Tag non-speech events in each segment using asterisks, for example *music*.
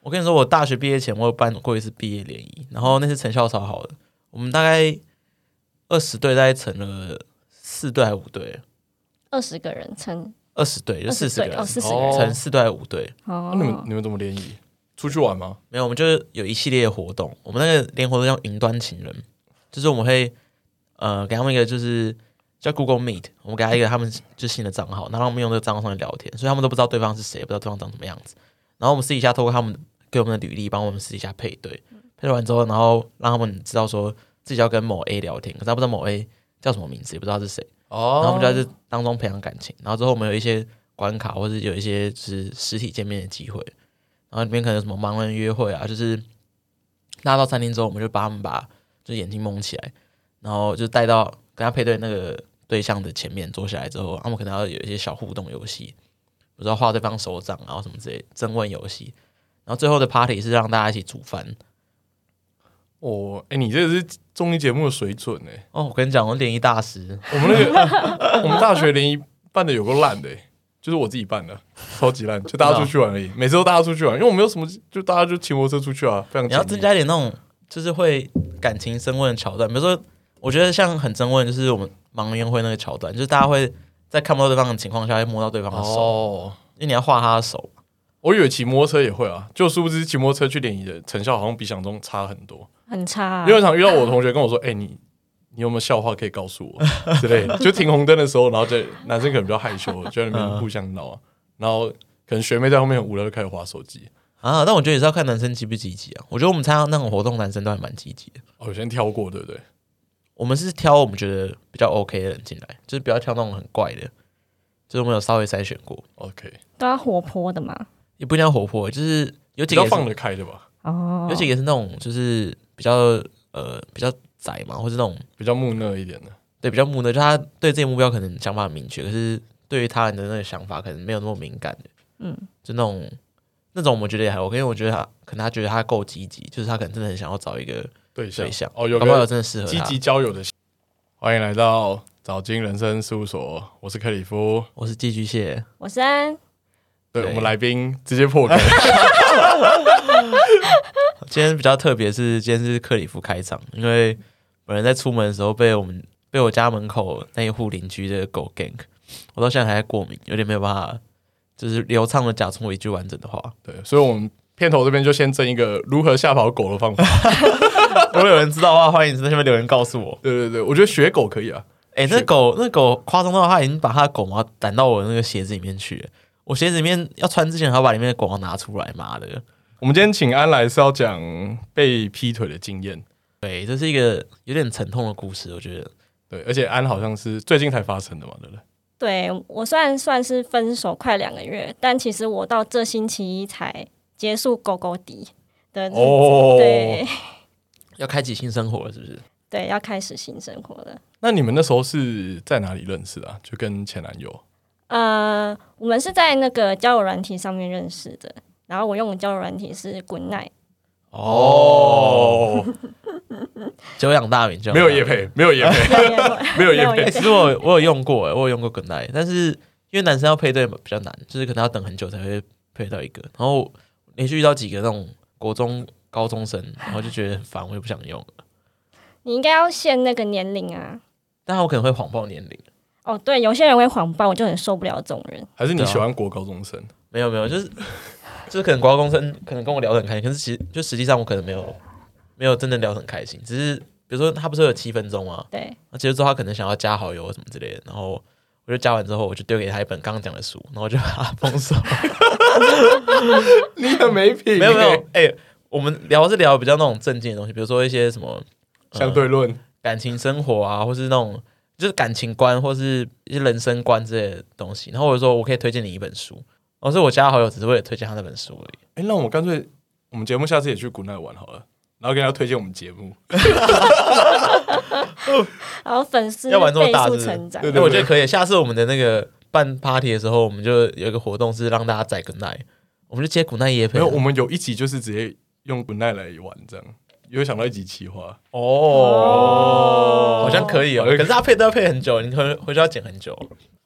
我跟你说，我大学毕业前我有办过一次毕业联谊，然后那次成效超好的，我们大概二十队，大概成了四队还五队，二十个人乘二十队就四十个人， 20队哦40成个成人成四队还五队。哦那，啊你们你们怎么联谊？出去玩吗？没有，我们就是有一系列的活动，我们那个联活动叫云端情人，就是我们会呃给他们一个就是叫 Google Meet，我们给他一个他们就新的账号，然后让我们用这个账号上面聊天，所以他们都不知道对方是谁，也不知道对方长什么样子。然后我们私底下透过他们给我们的履历，帮我们私底下配对，配对完之后，然后让他们知道说自己要跟某 A 聊天，可是他不知道某 A 叫什么名字，也不知道是谁。哦然后我们就在这当中培养感情，然后之后我们有一些关卡，或者有一些就是实体见面的机会，然后里面可能有什么盲人约会啊，就是大家到餐厅之后，我们就把他们把就眼睛蒙起来，然后就带到跟他配对那个对象的前面坐下来之后，他们可能要有一些小互动游戏，比如说画对方手掌，然后什么之类的争问游戏，然后最后的 party 是让大家一起煮饭。哦，哎、你这个是综艺节目的水准哎、哦，我跟你讲，我联谊大师，我们那个 *laughs* 我们大学联谊办的有够烂的、欸，就是我自己办的，超级烂，就大家出去玩而已。啊每次都大家出去玩，因为我没有什么，就大家就骑摩托车出去啊，非常你要简增易加一点那种就是会感情升温的桥段，比如说，我觉得像很升温，就是我们盲人约会那个桥段，就是大家会在看不到对方的情况下，会摸到对方的手，哦。因为你要画他的手。我以为骑摩托车也会啊，就殊不知骑摩托车去联谊的成效好像比想中差很多。很差啊、因为我常遇到我的同学跟我说：“哎、你你有没有笑话可以告诉我之类的？”就停红灯的时候，然后就男生可能比较害羞，就在嗯那边互相闹啊，然后可能学妹在后面很无聊就开始划手机。啊，但我觉得也是要看男生积不积极啊。我觉得我们参加那种活动，男生都还蛮积极的。哦，有些人跳过，对不对？我们是挑我们觉得比较 OK 的人进来，就是不要挑那种很怪的，就是我们有稍微筛选过， OK，都要活泼的嘛。也不一定要活泼，就是有比几个较也是放得开的吧，哦有，几个也是那种就是比较呃比较窄嘛，或是那种比较木讷一点的。对比较木讷，就他对自己目标可能想法很明确，可是对于他人的那个想法可能没有那么敏感的，嗯，就那种那种我觉得也还 OK，因为我觉得他可能他觉得他够积极，就是他可能真的很想要找一个对象对象，哦，有搞不好有个真的适合积他。极交友的。欢迎来到早金人生事务所，我是克里夫。我是寄居蟹，我先对对我们来宾直接 *laughs* 破梗，今天比较特别是今天是克里夫开场，因为本人在出门的时候被我们被我家门口那一户邻居的狗 gank，我到现在还在过敏，有点没有办法，就是流畅的讲出一句完整的话。对，所以我们片头这边就先争一个如何吓跑狗的方法。如果有人知道的话，欢迎在下面留言告诉我。对对对，我觉得学狗可以啊，哎、那狗那狗夸张到它已经把它的狗毛掸到我那个鞋子里面去了。我鞋子里面要穿之前，还要把里面的狗毛拿出来，妈的！我们今天请安来是要讲被劈腿的经验，对，这是一个有点沉痛的故事，我觉得。对，而且安好像是最近才发生的嘛，对不对？对我虽然算是分手快两个月，但其实我到这星期一才结束狗狗底的日子。哦对要开启新生活了，是不是？对，要开始新生活了。那你们那时候是在哪里认识的啊？就跟前男友呃，我们是在那个交友软体上面认识的，然后我用的交友软体是 Good Night，哦，，久仰大名，久仰没有大名叶。配，没有 *laughs* 叶配，没有没有没有没叶有配哎、其实我有我有用过、哎，我有用过 Good Night，但是因为男生要配对比较难，就是可能要等很久才会配到一个。然后连续遇到几个那种国中、高中生，然后就觉得很烦，我也不想用了。 *laughs* 你应该要限那个年龄啊。但我可能会谎报年龄。哦，对，有些人会谎报，我就很受不了这种人。还是你喜欢国高中生？没有没有，就是就是可能国高中生可能跟我聊得很开心，可是其实就实际上我可能没有没有真的聊得很开心，只是比如说他不是有七分钟吗？对，那结束之后他可能想要加好友什么之类的，然后我就加完之后我就丢给他一本刚刚讲的书，然后我就把他封锁。你很没品，啊没有没有，，哎、我们聊是聊比较那种正经的东西，比如说一些什么、呃 *laughs* 相对论，感情生活啊，或是那种就是感情观或是一些人生观之类的东西。然后我就说我可以推荐你一本书，我说我加好友只是为了推荐他那本书而已。哎，那我们干脆我们节目下次也去古奈玩好了，然后跟大家推荐我们节啊目，然后粉丝要玩这么倍大速是不是成长对，哎对那我觉得可以。下次我们的那个办 party 的时候，我们就有一个活动是让大家载 Good Night，我们就接 Good Night 夜配啊没有，我们有一集就是直接用古奈来玩这样，有想到一集企划，哦，哦好像可以哦。好像可以可是它配都要配很久，你可能回去要剪很久。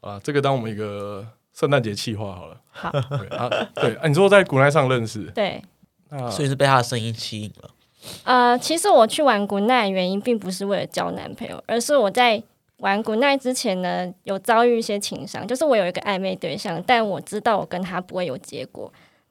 啊，这个当我们一个圣诞节企划好了。好，对啊，对啊，你说在古奈上认识，对，那所以是被他的声音吸引了。呃，其实我去玩 Good Night 的原因并不是为了交男朋友，而是我在玩 Good Night 之前呢，有遭遇一些情伤，就是我有一个暧昧对象，但我知道我跟他不会有结果。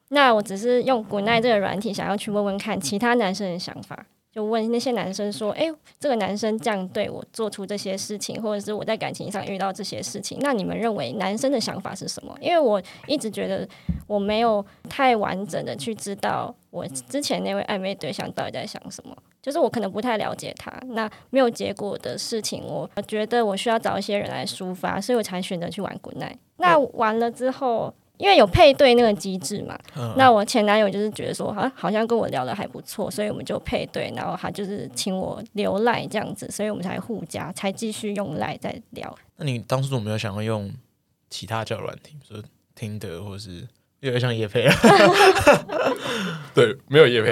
那我只是用 Good Night 这个软体，想要去问问看其他男生的想法，就问那些男生说：“诶，这个男生这样对我做出这些事情，或者是我在感情上遇到这些事情，那你们认为男生的想法是什么？”因为我一直觉得我没有太完整的去知道我之前那位暧昧对象到底在想什么，就是我可能不太了解他。那没有结果的事情，我觉得我需要找一些人来抒发，所以我才选择去玩 Good Night。那完了之后，因为有配对那个机制嘛，啊嗯那我前男友就是觉得说，好，好像跟我聊的还不错，所以我们就配对，然后他就是请我留赖这样子，所以我们才互加，才继续用赖再聊。那你当初有没有想要用其他交友软体，比如说听得或是有点像叶配啊？ *laughs* 对没有叶配，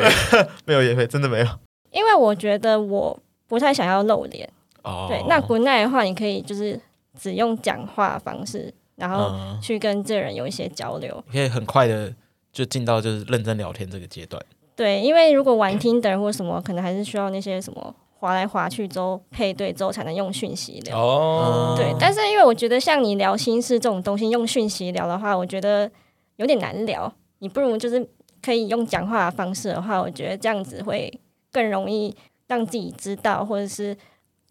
没有叶配，真的没有。因为我觉得我不太想要露脸。哦，对，那国内的话，你可以就是只用讲话的方式，然后嗯，去跟这人有一些交流。你可以很快的就进到就是认真聊天这个阶段。对，因为如果玩 Tinder 或什么，可能还是需要那些什么划来划去之后配对之后才能用讯息聊。哦，对，但是因为我觉得像你聊心事这种东西，用讯息聊的话，我觉得有点难聊。你不如就是可以用讲话的方式的话，我觉得这样子会更容易让自己知道，或者是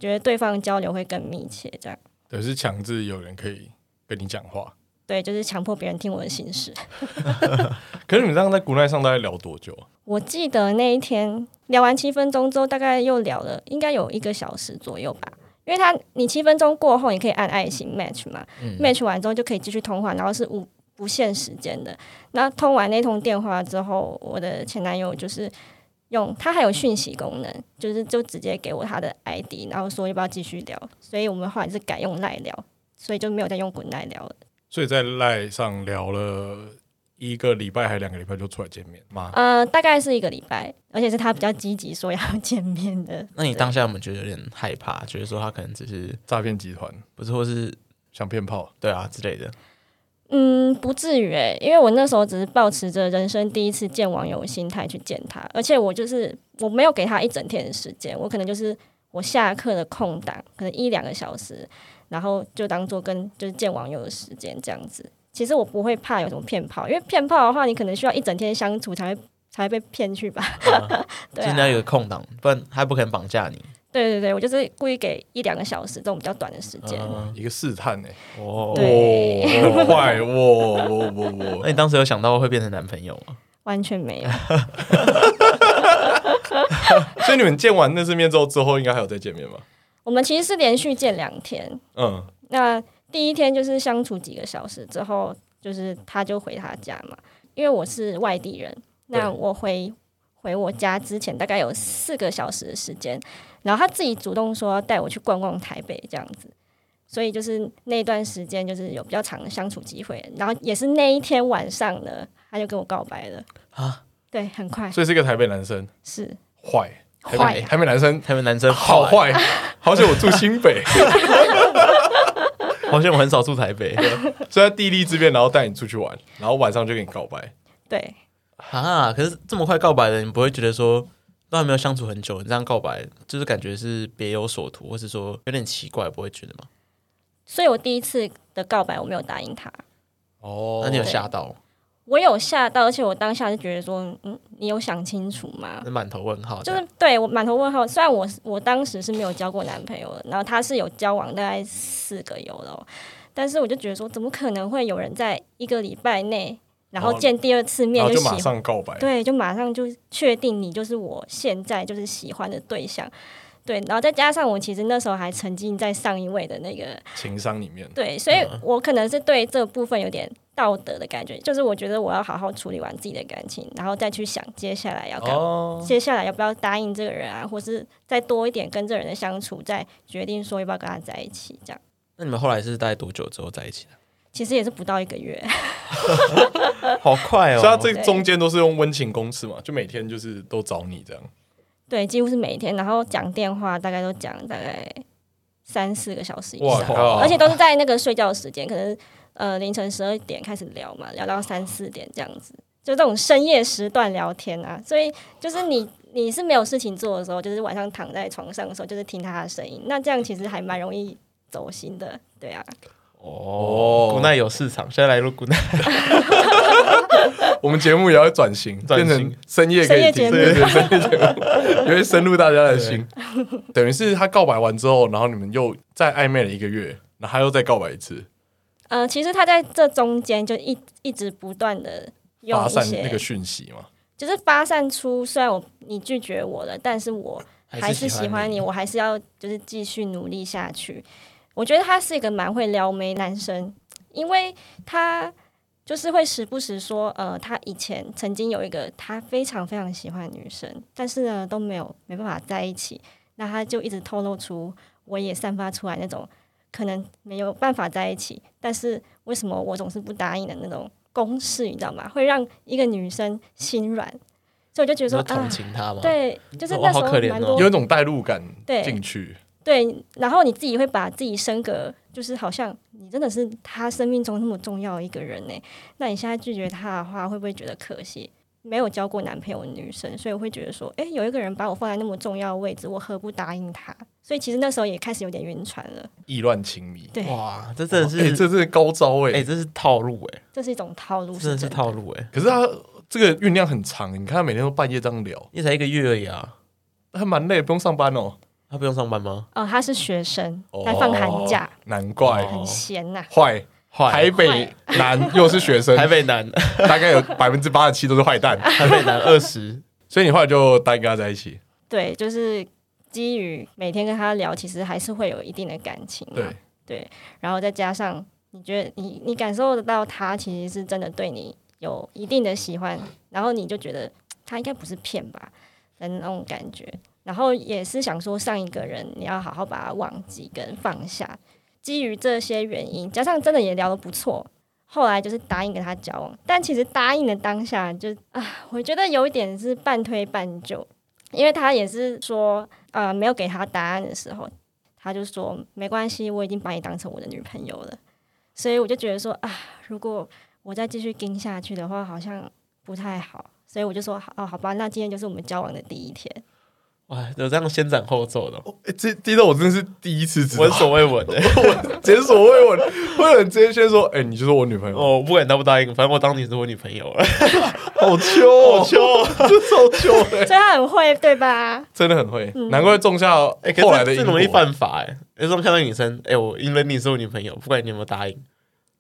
觉得对方交流会更密切。这样，对，是强制有人可以跟你讲话。对，就是强迫别人听我的心事。可是你们这样在古奈上大概聊多久啊？我记得那一天聊完七分钟之后，大概又聊了应该有一个小时左右吧。因为他你七分钟过后，你可以按爱心 match 嘛、嗯 m a t c h 完之后就可以继续通话，然后是无不限时间的。那通完那通电话之后，我的前男友就是用他还有讯息功能，就是就直接给我他的 ID，然后说要不要继续聊。所以我们后来是改用赖聊，所以就没有再用滚赖聊了。所以在赖上聊了一个礼拜还两个礼拜就出来见面吗？呃，大概是一个礼拜，而且是他比较积极说要见面的。那你当下有没有觉得有点害怕？觉得说他可能只是诈骗集团不是，或是想骗炮，对啊之类的。嗯，不至于诶、因为我那时候只是抱持着人生第一次见网友的心态去见他，而且我就是我没有给他一整天的时间，我可能就是我下课的空档，可能一两个小时，然后就当做跟就是见网友的时间这样子。其实我不会怕有什么骗炮，因为骗炮的话，你可能需要一整天相处才会才会被骗去吧？ *laughs* 对、就是你要啊，有个空档，不然他不可能绑架你。对对对，我就是故意给一两个小时这种比较短的时间。嗯一个试探呢、哦对哦，很坏，哇哇哇那哇！你当时有想到会变成男朋友吗？完全没有，所以你们见完那次面之后，之后应该还有再见面吧？我们其实是连续见两天，嗯，那第一天就是相处几个小时之后，就是他就回他家嘛，因为我是外地人，对那我回回我家之前大概有四个小时的时间，然后他自己主动说要带我去逛逛台北这样子，所以就是那段时间就是有比较长的相处机会，然后也是那一天晚上呢，他就跟我告白了啊，对，很快所以是一个台北男生，是坏，台坏北啊台北男生他们男 *laughs* 生好坏，坏，好久我住新北， *laughs* 好像我很少住台 *laughs* 北所以在地利之便，然后带你出去玩，然后晚上就跟你告白。对，啊。可是这么快告白的，你不会觉得说都还没有相处很久，你这样告白，就是感觉是别有所图，或是说有点奇怪，不会觉得吗？所以我第一次的告白我没有答应他，哦那你有吓到，我有吓到，而且我当下就觉得说，嗯，你有想清楚吗？那满头问号这就样，是对我满头问号。虽然我我当时是没有交过男朋友的，然后他是有交往大概四个有了哦，但是我就觉得说，怎么可能会有人在一个礼拜内，然后然后见第二次哦然面后就马喜欢？上告白，对，就马上就确定你就是我现在就是喜欢的对象。对，然后再加上我其实那时候还沉浸在上一位的那个情商里面，对，所以我可能是对这部分有点道德的感觉，就是我觉得我要好好处理完自己的感情，然后再去想接下来要干嘛，哦，接下来要不要答应这个人啊，或是再多一点跟这个人的相处，再决定说要不要跟他在一起。这样那你们后来是大概多久之后在一起的？其实也是不到一个月， *laughs* 好快哦所以他这对中间都是用温情攻势嘛，就每天就是都找你这样。对，几乎是每天，然后讲电话大概都讲大概三四个小时以哇上，靠！而且都是在那个睡觉时间，可能呃凌晨十二点开始聊嘛，聊到三四点这样子。就这种深夜时段聊天啊，所以就是你你是没有事情做的时候，就是晚上躺在床上的时候，就是听他的声音，那这样其实还蛮容易走心的，对啊，哦古奈有市场，现在来录古 *laughs* 奈，我们节目也要转型，转型变成深夜可以深夜听，对对，深夜节目，也会深入大家的心。等于是他告白完之后，然后你们又再暧昧了一个月，然后他又再告白一次，呃，其实他在这中间就一一直不断的用发一散些，那个讯息嘛。就是发散出虽然我你拒绝我了，但是我还是喜欢你，我还是要就是继续努力下去。我觉得他是一个蛮会撩妹男生，因为他就是会时不时说，呃，他以前曾经有一个他非常非常喜欢的女生，但是呢都没有没办法在一起，那他就一直透露出我也散发出来那种可能没有办法在一起，但是为什么我总是不答应的那种公式，你知道吗？会让一个女生心软，所以我就觉得你说说啊同，情他吗？，对，就是哦那时好候可怜蛮哦多、有一种代入感对进去，对，然后你自己会把自己升格，就是好像你真的是他生命中那么重要的一个人呢。那你现在拒绝他的话，会不会觉得可惜？没有交过男朋友的女生，所以我会觉得说，哎诶，有一个人把我放在那么重要的位置，我何不答应他？所以其实那时候也开始有点晕船了。意乱情迷。对，哇，这真的 *laughs* 哎，是，这是高招哎，哎！这是套路哎，这是一种套路，真的是真的套路哎，可是他这个酝酿很长，你看他每天都半夜这样聊，也才一个月而已啊，他蛮累，不用上班哦。他不用上班吗？哦，他是学生哦，他放寒假，，难怪哦很闲呐、坏。坏台北男又是学生， *laughs* 台北男，大概有百分之八十七都是 *laughs* 坏蛋，台北男二十，所以你后来就答应跟他在一起。对，就是基于每天跟他聊，其实还是会有一定的感情、啊。对，对，然后再加上你觉得你你感受得到他其实是真的对你有一定的喜欢，然后你就觉得他应该不是骗吧的那种感觉，然后也是想说上一个人你要好好把他忘记跟放下。基于这些原因，加上真的也聊得不错，后来就是答应跟他交往，但其实答应的当下就啊，我觉得有一点是半推半就，因为他也是说呃没有给他答案的时候，他就说没关系，我已经把你当成我的女朋友了，所以我就觉得说啊，如果我再继续跟下去的话，好像不太好，所以我就说好哦，好吧，那今天就是我们交往的第一天。哇，有这样先斩后奏的，欸这这一段我真的是第一次知道 *laughs* 闻，所未闻哎，前所未闻，会有人直接先说：“哎、你就是我女朋友。哦我不管答不答应，反正我当你是我女朋友了，好秋、 *laughs* 哦，好秋、这超秋的、所以他很会，对吧？真的很会，难怪种下哎，可是后来的这因容易果。犯法哎，有时候看到女生，哎，我因为你是我女朋友，不管你有没有答应，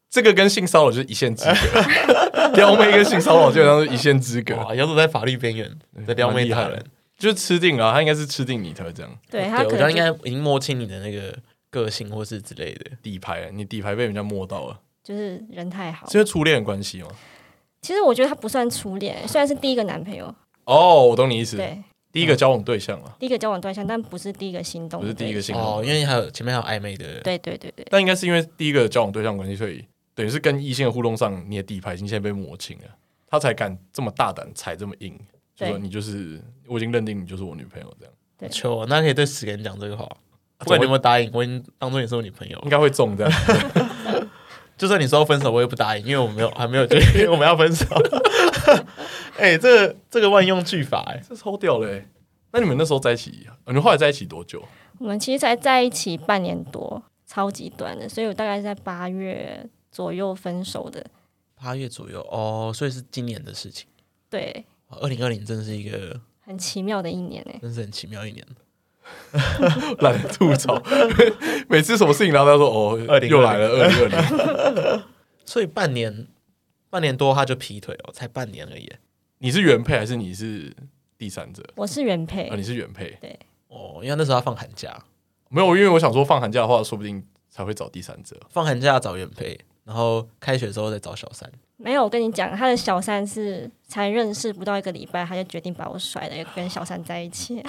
这个跟性骚扰就是一线之隔，撩妹跟性骚扰基本上是一线之隔，哇，要是在法律边缘在撩妹打啊蛮厉害人的。就是吃定了，他应该是吃定你才会这样对他哦对，我可觉得能应就该已经摸清你的那个个性或是之类的。底牌，你底牌被人家摸到了，就是人太好。是因为初恋的关系吗？其实我觉得他不算初恋，虽然是第一个男朋友，哦，我懂你意思，对，第一个交往对象啊，第一个交往对象，但不是第一个心动，不是第一个。心动哦，因为还有前面还有暧昧的，对对对对，但应该是因为第一个交往对象关系，所以等于是跟异性的互动上，你的底牌已经现在被摸清了，他才敢这么大胆踩这么硬，就对说你就是我已经认定你就是我女朋友这样，对求那可以对十个人讲这个话，不怎么管你有没有答应，我已经当做你是我女朋友应。该会中这样。就算你说要分手，我也不答应，因为我没有还没有决定我们要分手。 *laughs* 哎、这个这个万用句法、哎，这超屌嘞、那你们那时候在一起，呃你们后来在一起多久？我们其实才在一起半年多，超级短的，所以我大概是在八月左右分手的。八月左右哦，所以是今年的事情。对，二零二零真是一个，很奇妙的一年哎、真是很奇妙一年。 *laughs* 懒得吐槽，每次什么事情，然后他说哦， 2020又来了二零二零。 *laughs* 所以半年，半年多他就劈腿了，才半年而已。你是原配还是你是第三者？我是原配啊，，你是原配，哦，因为那时候他放寒假，没有，因为我想说放寒假的话，说不定才会找第三者。放寒假找原配，然后开学之后再找小三。没有我跟你讲，他的小三是才认识不到一个礼拜，他就决定把我甩了，跟小三在一起。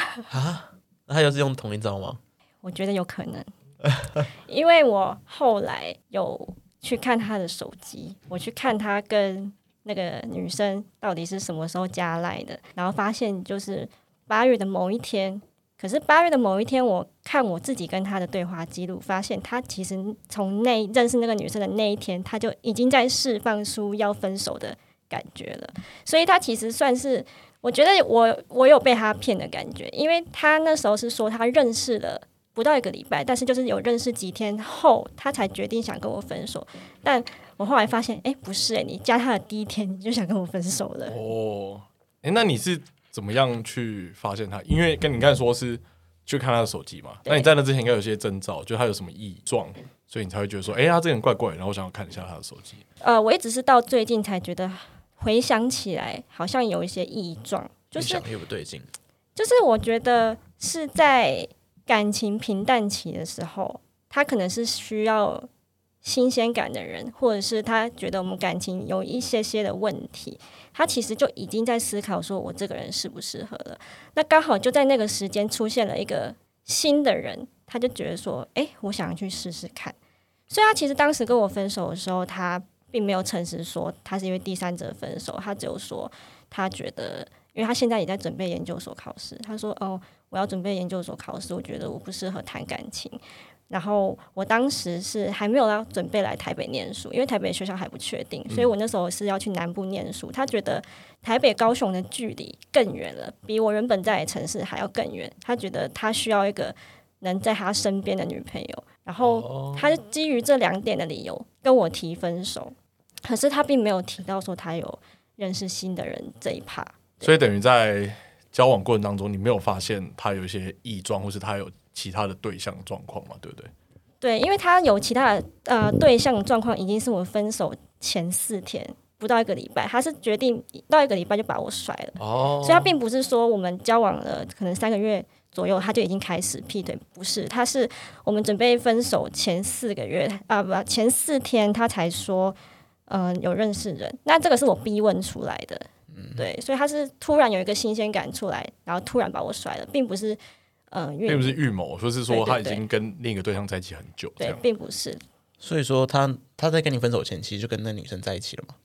那他又是用同一招吗？我觉得有可 *laughs* 能，因为我后来有去看他的手机，我去看他跟那个女生到底是什么时候加赖的，然后发现就是八月的某一天。可是八月的某一天，我看我自己跟他的对话记录，发现他其实从那认识那个女生的那一天，他就已经在释放出要分手的感觉了，所以他其实算是我觉得我我有被他骗的感觉，因为他那时候是说他认识了不到一个礼拜，但是就是有认识几天后，他才决定想跟我分手。但我后来发现，哎、不是、诶你加他的第一天你就想跟我分手了，哦，哎、那你是怎么样去发现他？因为跟你刚才说是去看他的手机嘛，对那你在那之前应该有些征兆，就他有什么异状，所以你才会觉得说，哎、他这个人怪怪，然后我想要看一下他的手机。呃，我一直是到最近才觉得回想起来，好像有一些异状，就越是想越不对劲。就是我觉得是在感情平淡期的时候，他可能是需要新鲜感的人，或者是他觉得我们感情有一些些的问题，他其实就已经在思考说我这个人适不适合了。那刚好就在那个时间出现了一个新的人，他就觉得说，诶，我想去试试看。所以他其实当时跟我分手的时候，他并没有诚实说他是因为第三者分手，他只有说他觉得因为他现在也在准备研究所考试。他说：“哦，我要准备研究所考试，我觉得我不适合谈感情。”然后我当时是还没有要准备来台北念书，因为台北学校还不确定，所以我那时候是要去南部念书。他觉得台北高雄的距离更远了，比我原本在的城市还要更远。他觉得他需要一个能在他身边的女朋友，然哦后他就基于这两点的理由跟我提分手。可是他并没有提到说他有认识新的人这一趴，所以等于在交往过程当中，你没有发现他有一些异状，或是他有其他的对象状况嘛？对不对？对，因为他有其他的呃对象的状况，已经是我分手前四天不到一个礼拜，他是决定到一个礼拜就把我甩了，哦所以他并不是说我们交往了可能三个月左右他就已经开始劈腿，不是，他是我们准备分手前四个月啊不前四天他才说嗯、呃有认识人，那这个是我逼问出来的，对，所以他是突然有一个新鲜感出来，然后突然把我甩了，并不是嗯、呃、并愿不意是预谋，说是对说对他已对经跟另一个对象在一起很久，这对样，并不是，所以说他他在跟你分手前，其实就跟那女生在一起了嘛。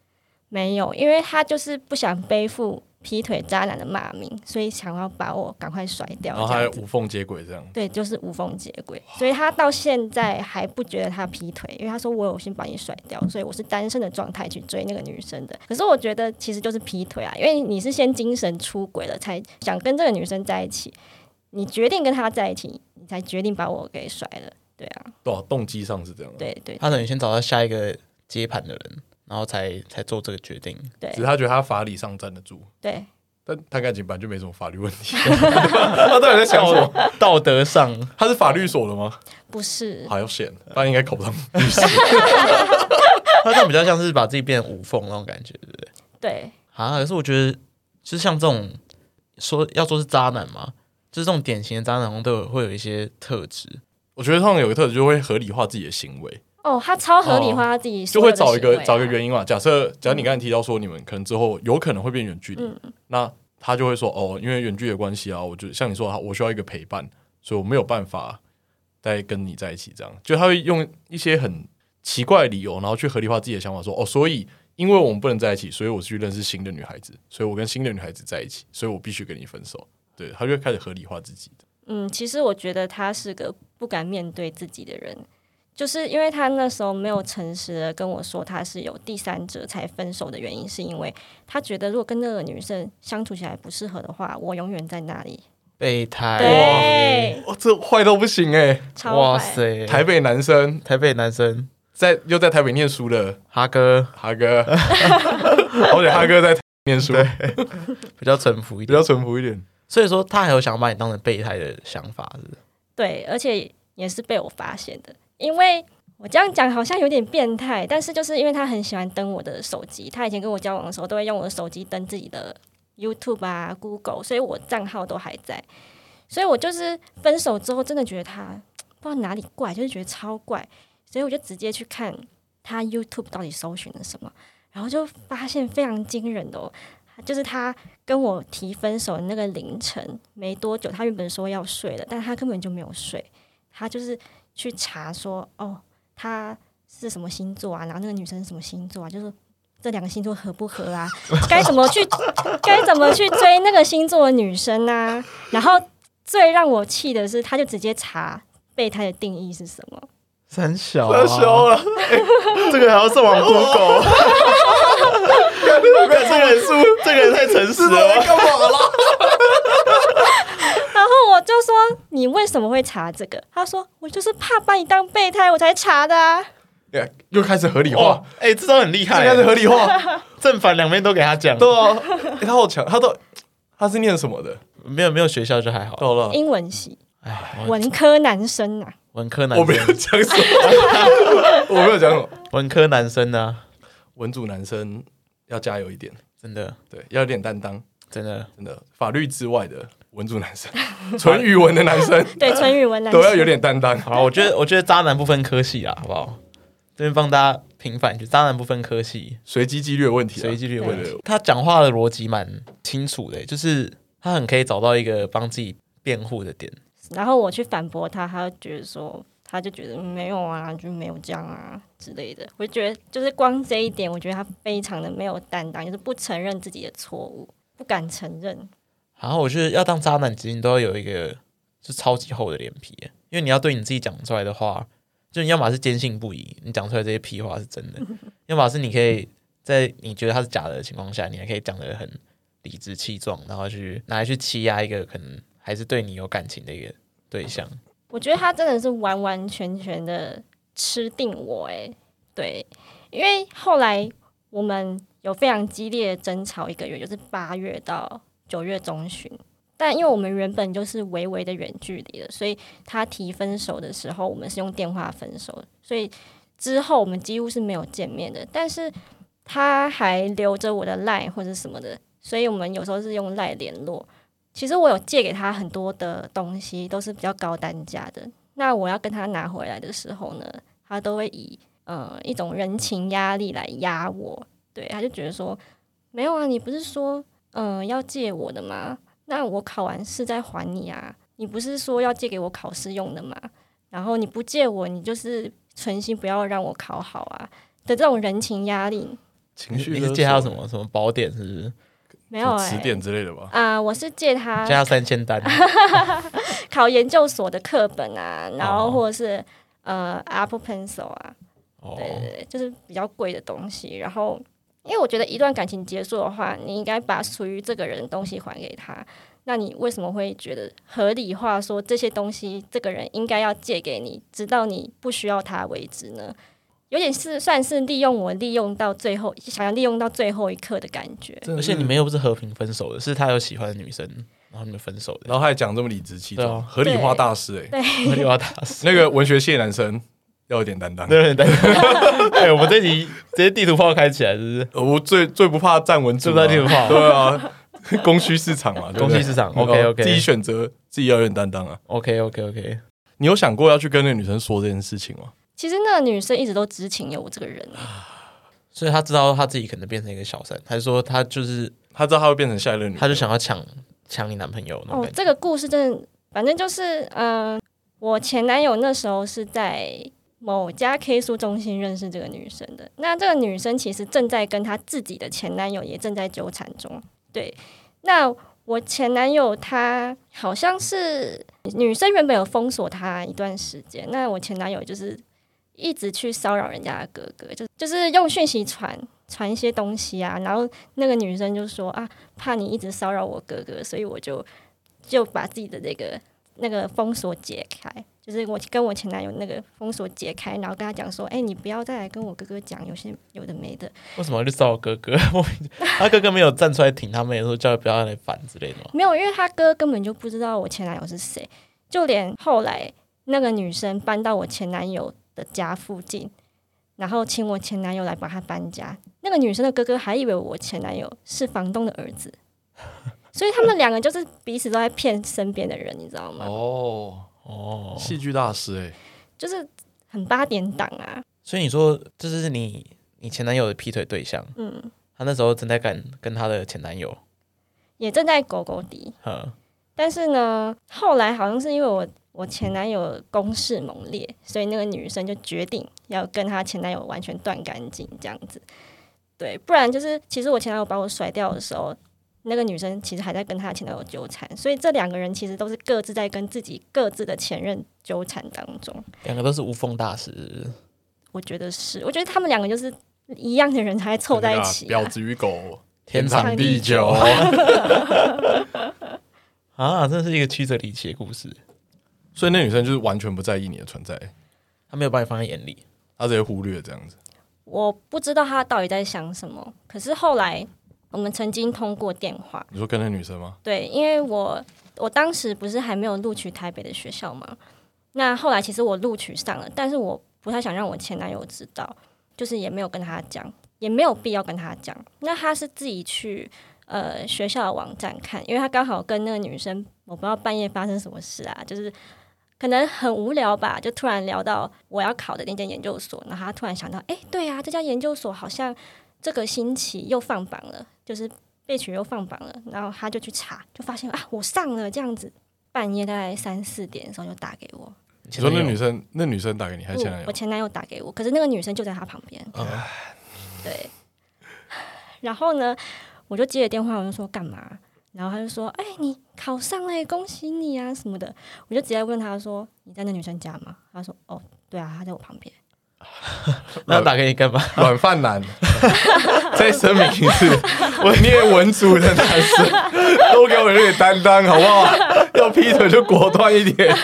没有，因为他就是不想背负劈腿渣男的骂名，所以想要把我赶快甩掉然后。这他样子无缝接轨这样。对，就是无缝接轨，所以他到现在还不觉得他劈腿，因为他说我有先把你甩掉，所以我是单身的状态去追那个女生的。可是我觉得其实就是劈腿啊，因为你是先精神出轨了，才想跟这个女生在一起，你决定跟她在一起，你才决定把我给甩了。对啊，对、啊，动机上是这样、啊。，对对他等于先找到下一个接盘的人，然后才才做这个决定。对只是他觉得他法理上站得住，对，但他感情本来就没什么法律问 *laughs* 题。他到底在想什么？ *laughs* 道德上，他是法律所的吗？不是，好要险，不然应该考不上。他这样比较像是把自己变成无缝那种感觉，对不对？对啊，可是我觉得，就是像这种说要说是渣男嘛，就是这种典型的渣男好像都有会有一些特质，我觉得他们有个特质，就会合理化自己的行为，哦，他超合理化他自己、就会找一个找一个原。原因嘛。假设假如你刚才提到说你们可能之后有可能会变远距离，那他就会说哦，因为远距离的关系啊，我就像你说，我需要一个陪伴，所以我没有办法再跟你在一起。这样，就他会用一些很奇怪的理由，然后去合理化自己的想法，说哦，所以因为我们不能在一起，所以我去认识新的女孩子，所以我跟新的女孩子在一起，所以我必须跟你分手。对，他就会开始合理化自己。嗯，其实我觉得他是个不敢面对自己的人，就是因为他那时候没有诚实的跟我说他是有第三者才分手的原因，是因为他觉得如果跟那个女生相处起来不适合的话，我永远在那里。备胎，对，哇，哦这坏到不行哎、超哎哇坏。塞，台台北男生台北男生在又在台北念书的哈哥哈哥， *laughs* 而且哈哥在台北念书比较淳朴一比点，较淳朴 *laughs* 一点。所以说他还有想把你当成备胎的想法，是不是？对，而且也是被我发现的，因为我这样讲好像有点变态，但是就是因为他很喜欢登我的手机，他以前跟我交往的时候都会用我的手机登自己的 YouTube 啊、Google，所以我账号都还在。所以我就是分手之后，真的觉得他不知道哪里怪，就是觉得超怪，所以我就直接去看他 YouTube 到底搜寻了什么，然后就发现非常惊人的哦，就是他跟我提分手的那个凌晨没多久，他原本说要睡了，但他根本就没有睡，他就是去查说哦，他是什么星座啊，然后那个女生是什么星座啊，就是。这两个星座合不合啊？该怎么去，该怎么去追那个星座的女生啊？然后最让我气的是，他就直接查备胎的定义是什么，三小、啊，要修了， *laughs* 这个还要上网 *laughs* Google，我这个人是这个人太诚实了吧。干嘛啦？然后我就说你为什么会查这个？他说我就是怕把你当备胎，我才查的啊。 Yeah，又 *laughs* 开始合理哇化，，哎、这招很厉又害开始欸，合理化， *laughs* 正反两边都给他讲，对啊， *laughs* 欸他好强，他到他是念什么的？没有没有学校就还好。到了，英文系哎，文科男生啊，文科男我没有生，讲什么， *laughs* 我没有讲什么，文科男生呢、文组男生要加油一点，真的对，要有点担当，真的，真的，法律之外的文组 *laughs* 男生，纯语文的男生对，纯语文男都生要有点担当。好，我觉得我觉得渣男不分科系啊，好不好？这边帮大家平反，就渣男不分科系，随机几率的问题啊，随机率的问题对。他讲话的逻辑蛮清楚的、就是他很可以找到一个帮自己辩护的点。然后我去反驳他，他就觉得说，他就觉得没有啊，就没有这样啊之类的。我就觉得就是光这一点，我觉得他非常的没有担当，就是不承认自己的错误，不敢承认。然后我觉得要当渣男，其实你都要有一个是超级厚的脸皮欸，因为你要对你自己讲出来的话，就你要么是坚信不疑，你讲出来这些屁话是真的；要么是你可以在你觉得它是假的情况下，你还可以讲得很理直气壮，然后去拿来去欺压一个可能还是对你有感情的一个对象。我觉得他真的是完完全全的吃定我、欸，诶，对，因为后来我们有非常激烈的争吵，一个月就是八月到九月中旬。但因为我们原本就是微微的远距离的，所以他提分手的时候，我们是用电话分手，所以之后我们几乎是没有见面的。但是他还留着我的 line 或者什么的，所以我们有时候是用 line 联络。其实我有借给他很多的东西，都是比较高单价的。那我要跟他拿回来的时候呢，他都会以呃一种人情压力来压我。对，他就觉得说，没有啊，你不是说嗯、呃要借我的吗？那我考完试再还你啊。你不是说要借给我考试用的吗？然后你不借我，你就是存心不要让我考好啊的这种人情压力，情绪你勒是索借他什么什么宝典是不是？没有哎、词典之类的吧？啊、我是借他借他三千单，考研究所的课本啊，然哦后或者是、呃 Apple Pencil 啊，哦，对对对，就是比较贵的东西。然后，因为我觉得一段感情结束的话，你应该把属于这个人的东西还给他。那你为什么会觉得合理化说这些东西这个人应该要借给你，直到你不需要他为止呢？有点是算是利用我，利用到最后，想要利用到最后一刻的感觉。真而的且是你们，又不是和平分手的，是他有喜欢的女生，然后你们分手的， *laughs* 然后他还讲这么理直气对壮，啊合理化大师哎、欸，然后又要打死。那个文学系的男生要有点担 *laughs* 当。对对 *laughs* 对，哎，我们这集直接地图炮开起来，是不是？呃我最最不怕站文组啊，最不怕地图炮 *laughs* 对啊，供需市场嘛，对不对供需市场，OK，OK 自己选择，自己要有点担当啊。 OK OK OK，你有想过要去跟那个女生说这件事情吗？其实那个女生一直都知情有我这个人，啊所以他知道他自己可能变成一个小三，还是说他就是他知道他会变成下一任女，他就，想要抢抢你男朋友那种哦感，觉？这个故事真的，反正就是，嗯、我前男友那时候是在某家 K 书中心认识这个女生的。那这个女生其实正在跟她自己的前男友也正在纠缠中。对，那我前男友他好像是女生原本有封锁他一段时间，那我前男友就是一直去骚扰人家的哥哥，就就是用讯息传。传一些东西啊，然后那个女生就说啊，怕你一直骚扰我哥哥，所以我就就把自己的那个那个封锁解开，就是我跟我前男友那个封锁解开，然后跟他讲说，哎、你不要再来跟我哥哥讲有些有的没的，为什么要去骚扰哥 *laughs* 哥？莫名其妙他哥哥没有站出来挺他们，说叫他不要来烦之类的吗？没有，因为他哥根本就不知道我前男友是谁，就连后来那个女生搬到我前男友的家附近，然后请我前男友来帮她搬家，那个女生的哥哥还以为我前男友是房东的儿子，所以他们两个就是彼此都在骗身边的人，你知道吗？哦，哦，戏剧大师哎、就是很八点档啊，所以你说这就是你你前男友的劈腿对象，嗯，他那时候正在跟跟他的前男友，也正在狗狗底。嗯，但是呢，后来好像是因为我我前男友攻势猛烈，所以那个女生就决定要跟她前男友完全断干净这样子。对，不然就是其实我前男友把我甩掉的时候，那个女生其实还在跟她前男友纠缠，所以这两个人其实都是各自在跟自己各自的前任纠缠当中。两个都是无缝大师，是不是我觉得是，我觉得他们两个就是一样的人才凑在一起、啊婊。子与狗， *laughs* 天长地久天长地久。 *laughs* 啊，真的是一个曲折离奇的故事，所以那女生就是完全不在意你的存在，他没有把你放在眼里。她直接忽略这样子。我不知道他到底在想什么，可是后来我们曾经通过电话，你说跟那女生吗？对，因为我我当时不是还没有录取台北的学校嘛，那后来其实我录取上了，但是我不太想让我前男友知道，就是也没有跟他讲，也没有必要跟他讲。那他是自己去呃学校的网站看，因为他刚好跟那个女生，我不知道半夜发生什么事啊，就是可能很无聊吧，就突然聊到我要考的那间研究所，然后他突然想到，哎，对啊，这家研究所好像这个星期又放榜了，就是被取又放榜了，然后他就去查，就发现啊，我上了这样子。半夜大概三四点的时候就打给我，你你说那女生，那女生打给你还是前嗯，男我友？啊前男友打给我，可是那个女生就在他旁边，嗯对。然后呢，我就接了电话，我就说干嘛？然后他就说：“哎、你考上了耶，恭喜你啊什么的。”我就直接问他说：“你在那女生家吗？”他说：“哦，对啊，她在我旁边。那打给你干嘛？ *laughs* 软饭男， *laughs* 再声明一次，我念文组的男 *laughs* 生都给我有点担当，好不好？要劈腿就果断一 *laughs* 点。”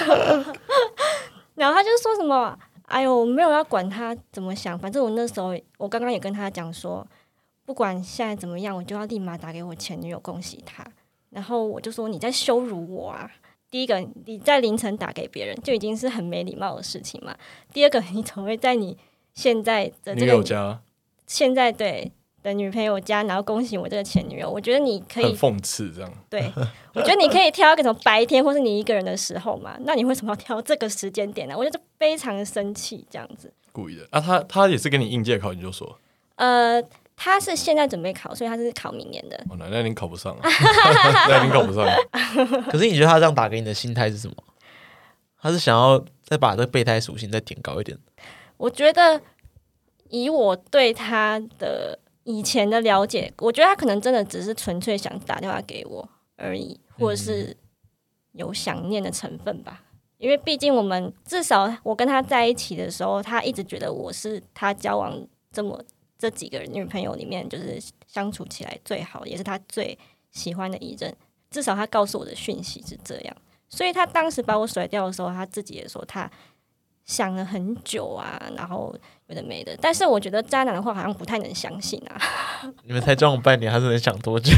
然后他就说什么：“哎呦，我没有要管他怎么想，反正我那时候我刚刚也跟他讲说，不管现在怎么样，我就要立马打给我前女友恭喜她。然后我就说你在羞辱我啊！第一个，你在凌晨打给别人就已经是很没礼貌的事情嘛。第二个，你怎么会在你现在的这女友个家现在对的女朋友家，然后恭喜我这个前女友？我觉得你可很以，讽刺，这样对我觉得你可以挑一个什么白天或是你一个人的时候嘛。那你为什么要挑这个时间点呢、我就是非常生气这样子。故意的啊？他他也是跟你应届考研究所，呃，他是现在准备考，所以他是考明年的。哦，那那您考不上、 *laughs* 啊， *laughs* 那您考不上、可是你觉得他这样打给你的心态是什么？他是想要再把这个备胎属性再点高一点，我觉得以我对他的以前的了解，我觉得他可能真的只是纯粹想打电话给我而已，或者是有想念的成分吧。因为毕竟我们至少我跟他在一起的时候，他一直觉得我是他交往这么这几个女朋友里面，就是相处起来最好，也是他最喜欢的一任。至少他告诉我的讯息是这样，所以他当时把我甩掉的时候，他自己也说他想了很久啊，然后有的没的。但是我觉得渣男的话好像不太能相信啊。 *laughs* 你们才交往半年，他是能想多久？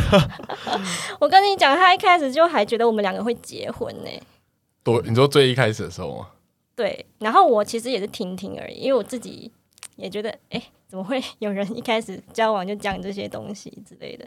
我跟你讲，他一开始就还觉得我们两个会结婚呢、多，你说最一开始的时候吗？对，然后我其实也是听听而已，因为我自己也觉得，哎、怎么会有人一开始交往就讲这些东西之类的？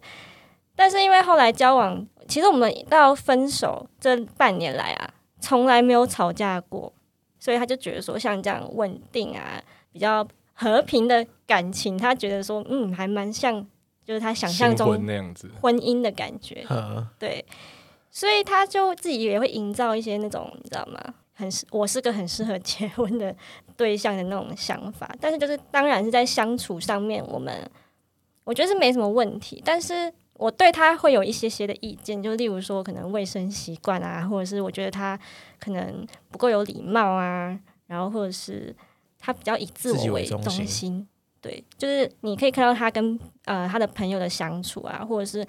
但是因为后来交往，其实我们到分手这半年来啊，从来没有吵架过，所以他就觉得说，像这样稳定啊，比较和平的感情，他觉得说，嗯，还蛮像，就是他想象新婚中那样子，婚姻的感觉。呃嗯，对，所以他就自己也会营造一些那种你知道吗？很适我是个很适合结婚的对象的那种想法，但是就是当然是在相处上面，我们我觉得是没什么问题，但是我对他会有一些些的意见，就例如说可能卫生习惯啊，或者是我觉得他可能不够有礼貌啊，然后或者是他比较以自自己我为为中中心心，对，就是你可以看到他跟呃他的朋友的相处啊，或者是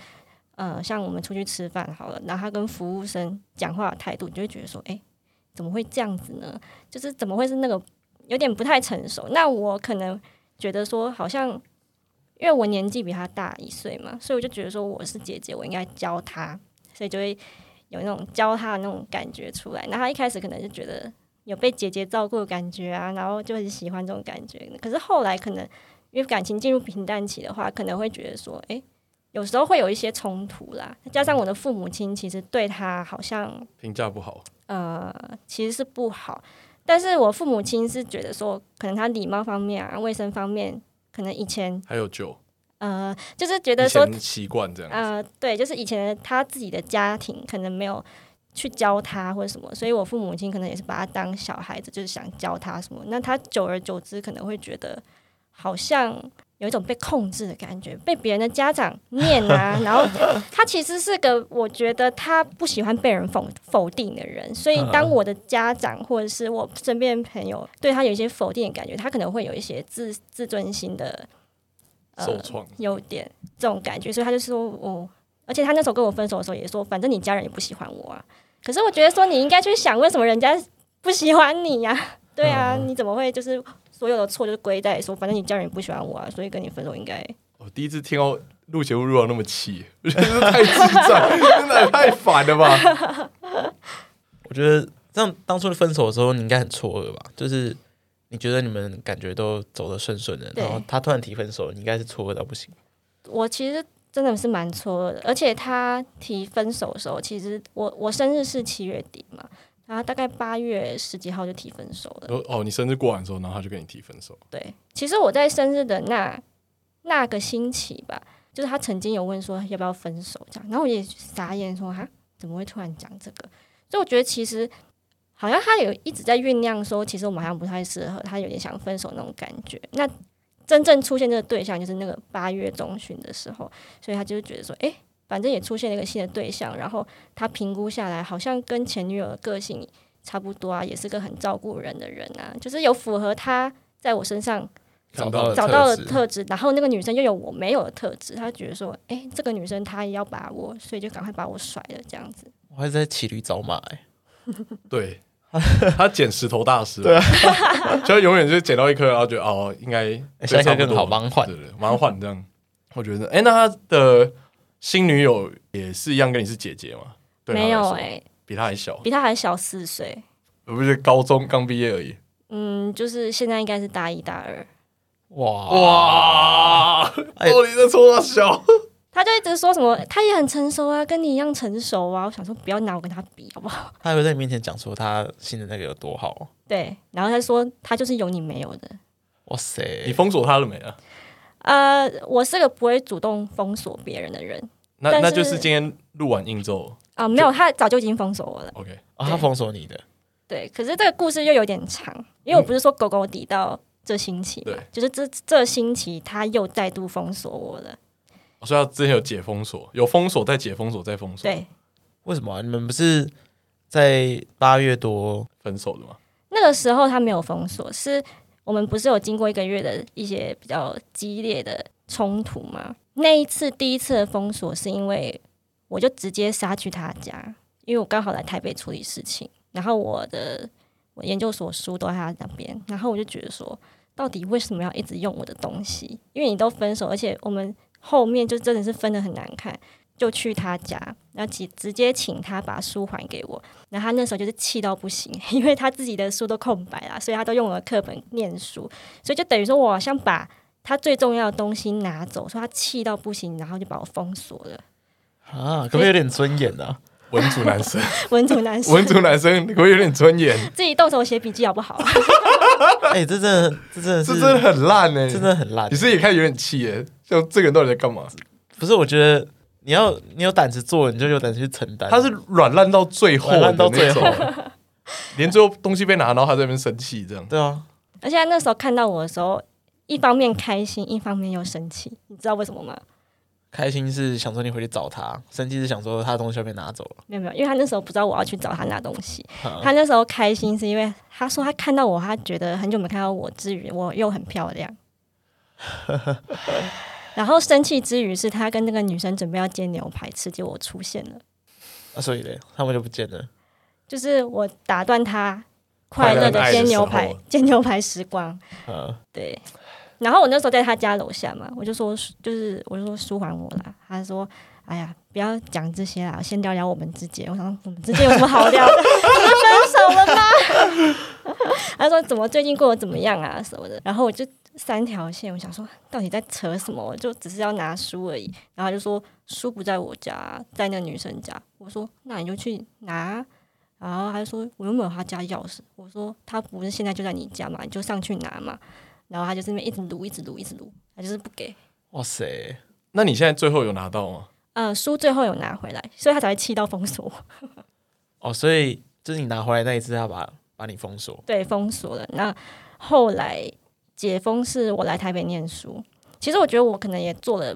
呃，像我们出去吃饭好了，然后他跟服务生讲话的态度，你就会觉得说，哎、怎么会这样子呢？就是怎么会是那个有点不太成熟？那我可能觉得说，好像因为我年纪比他大一岁嘛，所以我就觉得说我是姐姐，我应该教他，所以就会有那种教他的那种感觉出来。那他一开始可能就觉得有被姐姐照顾的感觉啊，然后就很喜欢这种感觉。可是后来可能因为感情进入平淡期的话，可能会觉得说，诶，有时候会有一些冲突啦。加上我的父母亲其实对他好像评价不好，呃，其实是不好。但是我父母亲是觉得说，可能他礼貌方面啊、卫生方面，可能以前还有酒，呃，就是觉以得说，前习惯这样子，呃，对，就是以前他自己的家庭可能没有去教他或者什么，所以我父母亲可能也是把他当小孩子，就是想教他什么。那他久而久之可能会觉得好像。有一种被控制的感觉，被别人的家长念 *laughs* 啊，然后他其实是个我觉得他不喜欢被人否否定的人，所以嗯当我的家长或者是我身边朋友对他有一些否定的感觉，他可能会有一些自自尊心的呃受创，有点这种感觉，所以他就说哦，而且他那时候跟我分手的时候也说，反正你家人也不喜欢我啊。可是我觉得说你应该去想，为什么人家不喜欢你呀、对啊， *laughs* 你怎么会就是所有的错就是归在说，反正你家人也不喜欢我啊，所以跟你分手应该我第一次听到录节目录到那么气，我觉得太智障， *laughs* 真的太烦了吧？我觉得这样当初分手的时候，你应该很错愕吧？就是你觉得你们感觉都走得顺顺的，对然后他突然提分手，你应该是错愕到不行。我其实真的是蛮错愕的，而且他提分手的时候，其实我我生日是七月底嘛，然后大概八月十几号就提分手了。哦，你生日过完之后，然后他就跟你提分手，对，其实我在生日的那那个星期吧，就是他曾经有问说要不要分手这样，然后我也傻眼说哈，怎么会突然讲这个？所以我觉得其实好像他有一直在酝酿说，其实我们好像不太适合，他有点想分手那种感觉。那真正出现这个对象就是那个八月中旬的时候，所以他就觉得说，诶，反正也出现了一个新的对象，然后他评估下来，好像跟前女友的个性差不多啊，也是个很照顾人的人啊，就是有符合他在我身上看到了找到了特质特质，然后那个女生又有我没有的特质，她觉得说，哎、这个女生她也要把握，所以就赶快把我甩了这样子。我还是在骑驴找马、欸，对， *laughs* 他捡石头大师，对、 *laughs* 就永远就捡到一颗，然后觉得哦，应该啊哎下一颗对更好，差不多忙换对对，对马上换这样。我觉得，哎、那他的新女友也是一样，跟你是姐姐吗？对他啊来没有说哎、比他还小，比她还小四岁，我不是高中刚毕业而已。嗯，就是现在应该是大一大二。哇哇，哎到底在说他小？她就一直说什么，她也很成熟啊，跟你一样成熟啊。我想说，不要拿我跟她比，好不好？ *laughs* 他还会在你面前讲说他新的那个有多好，对，然后她说她就是有你没有的。哇塞！你封锁他了没啊？呃，我是个不会主动封锁别人的人那但是那就是今天录完映之后啊、没有，她早就已经封锁我了。 ，OK，啊，他封锁你的，对，可是这个故事又有点长，因为我不是说狗狗抵到这星期嘛，对就是这这星期他又再度封锁我了。我说他之前有解封锁，有封锁再解封锁再封锁，对，为什么啊、你们不是在八月多？分手的嘛。那个时候他没有封锁，是我们不是有经过一个月的一些比较激烈的冲突吗？那一次第一次的封锁是因为我就直接杀去他家，因为我刚好来台北处理事情，然后我的我研究所书都在他那边，然后我就觉得说，到底为什么要一直用我的东西？因为你都分手，而且我们后面就真的是分的很难看。就去他家，然后直直接请他把书还给我，然后他那时候就是气到不行， *laughs* 因为他自己的书都空白啦，所以他都用我的课本念书，所以就等于说我好像把他最重要的东西拿走，所以他气到不行，然后就把我封锁了。 *laughs* 啊，可不可以有点尊严啊？文组男生， *laughs* 文主男生文组男生，你会有点尊严，自己动手写笔记好不好、啊？ *laughs* *laughs* 哎、这真的，这真的 *laughs* 这是，真的很烂哎、这真的很烂你。是也开始有点气耶，像这个人到底在干嘛？不是，我觉得你要你有胆子做，你就有胆子去承担。他是软烂到最后的软烂那到种，最后 *laughs* 连最后东西被拿，然后他在那边生气，这样对啊，而且他那时候看到我的时候，一方面开心，一方面又生气，你知道为什么吗？开心是想说你回去找他，生气是想说他的东西要被拿走了。没有没有，因为他那时候不知道我要去找他拿东西，啊他那时候开心是因为他说他看到我，他觉得很久没看到我之余，我又很漂 *laughs* 亮。然后生气之余是他跟那个女生准备要煎牛排吃，结果我出现了，啊所以嘞，他们就不见了。就是我打断他快乐的煎牛快排乐的爱的时候煎牛排时光。啊，对，然后我那时候在他家楼下嘛，我就说就是我就说舒缓我啦，他说哎呀不要讲这些啦，先聊聊我们之间。我想我们之间有什么好聊的？分手了吗？ *laughs* 他说怎么最近过得怎么样啊什么的，然后我就三条线，我想说到底在扯什么？我就只是要拿书而已，然后他就说书不在我家，在那女生家。我说那你就去拿。然后他就说：“我又没有他家钥匙。”我说：“他不是现在就在你家嘛，你就上去拿嘛。”然后他就是那边一直撸，一直撸，一直撸，他就是不给。哇塞，那你现在最后有拿到吗？呃，书最后有拿回来，所以他才会气到封锁我，哦，所以就是你拿回来那一次，他把把你封锁。对，封锁了。那后来解封是我来台北念书，其实我觉得我可能也做了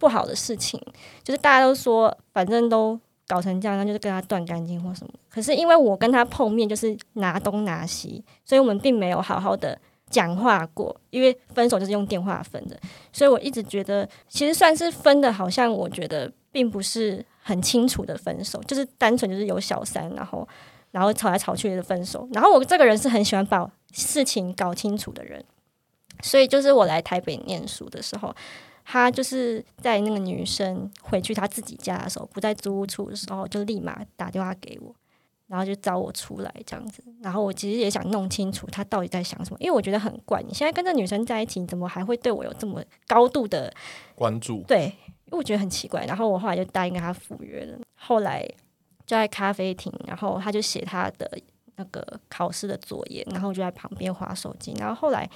不好的事情，就是大家都说反正都搞成这样，那就是跟他断干净或什么。可是因为我跟他碰面就是拿东拿西，所以我们并没有好好的讲话过，因为分手就是用电话分的，所以我一直觉得其实算是分的，好像我觉得并不是很清楚的分手，就是单纯就是有小三，然后然后吵来吵去的分手。然后我这个人是很喜欢把事情搞清楚的人，所以就是我来台北念书的时候，他就是在那个女生回去她自己家的时候，不在租屋处的时候，就立马打电话给我，然后就找我出来这样子。然后我其实也想弄清楚他到底在想什么，因为我觉得很怪，你现在跟这女生在一起，你怎么还会对我有这么高度的关注对，因为我觉得很奇怪。然后我后来就答应跟他赴约了。后来就在咖啡厅，然后他就写他的那个考试的作业，然后我就在旁边划手机。然后后来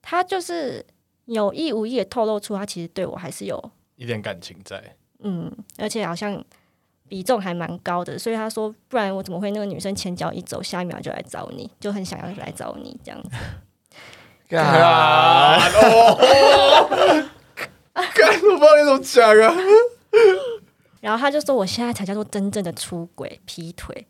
他就是有意无意的透露出他其实对我还是有一点感情在，嗯，而且好像比重还蛮高的，所以他说，不然我怎么会那个女生前脚一走，下一秒就来找你，就很想要来找你这样子。 *laughs* 啊，哦干，我不知道你怎么讲啊。然后他就说，我现在才叫做真正的出轨劈腿，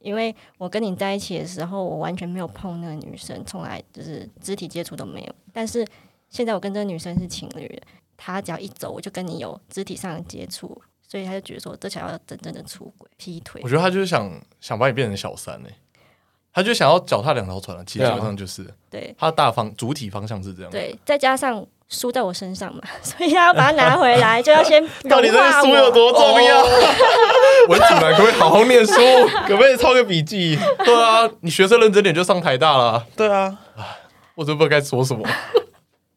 因为我跟你在一起的时候，我完全没有碰那个女生，从来就是肢体接触都没有。但是现在我跟这个女生是情侣了，她只要一走，我就跟你有肢体上的接触，所以他就觉得说，这才叫真正的出轨劈腿我。觉得他就是想想把你变成小三呢、欸他就想要脚踏两条船了。其实对啊基本上就是、对他的大方主体方向是这样。对，再加上。输在我身上嘛， *laughs* 所以他要把它拿回 *laughs* 来，就要先到底这融个化书我有多重要？ *laughs* 文子男可不可以好好念书？ *laughs* 可不可以抄个笔记？对啊，你学生认真点就上台大了啊。对啊，我真不知道该说什么，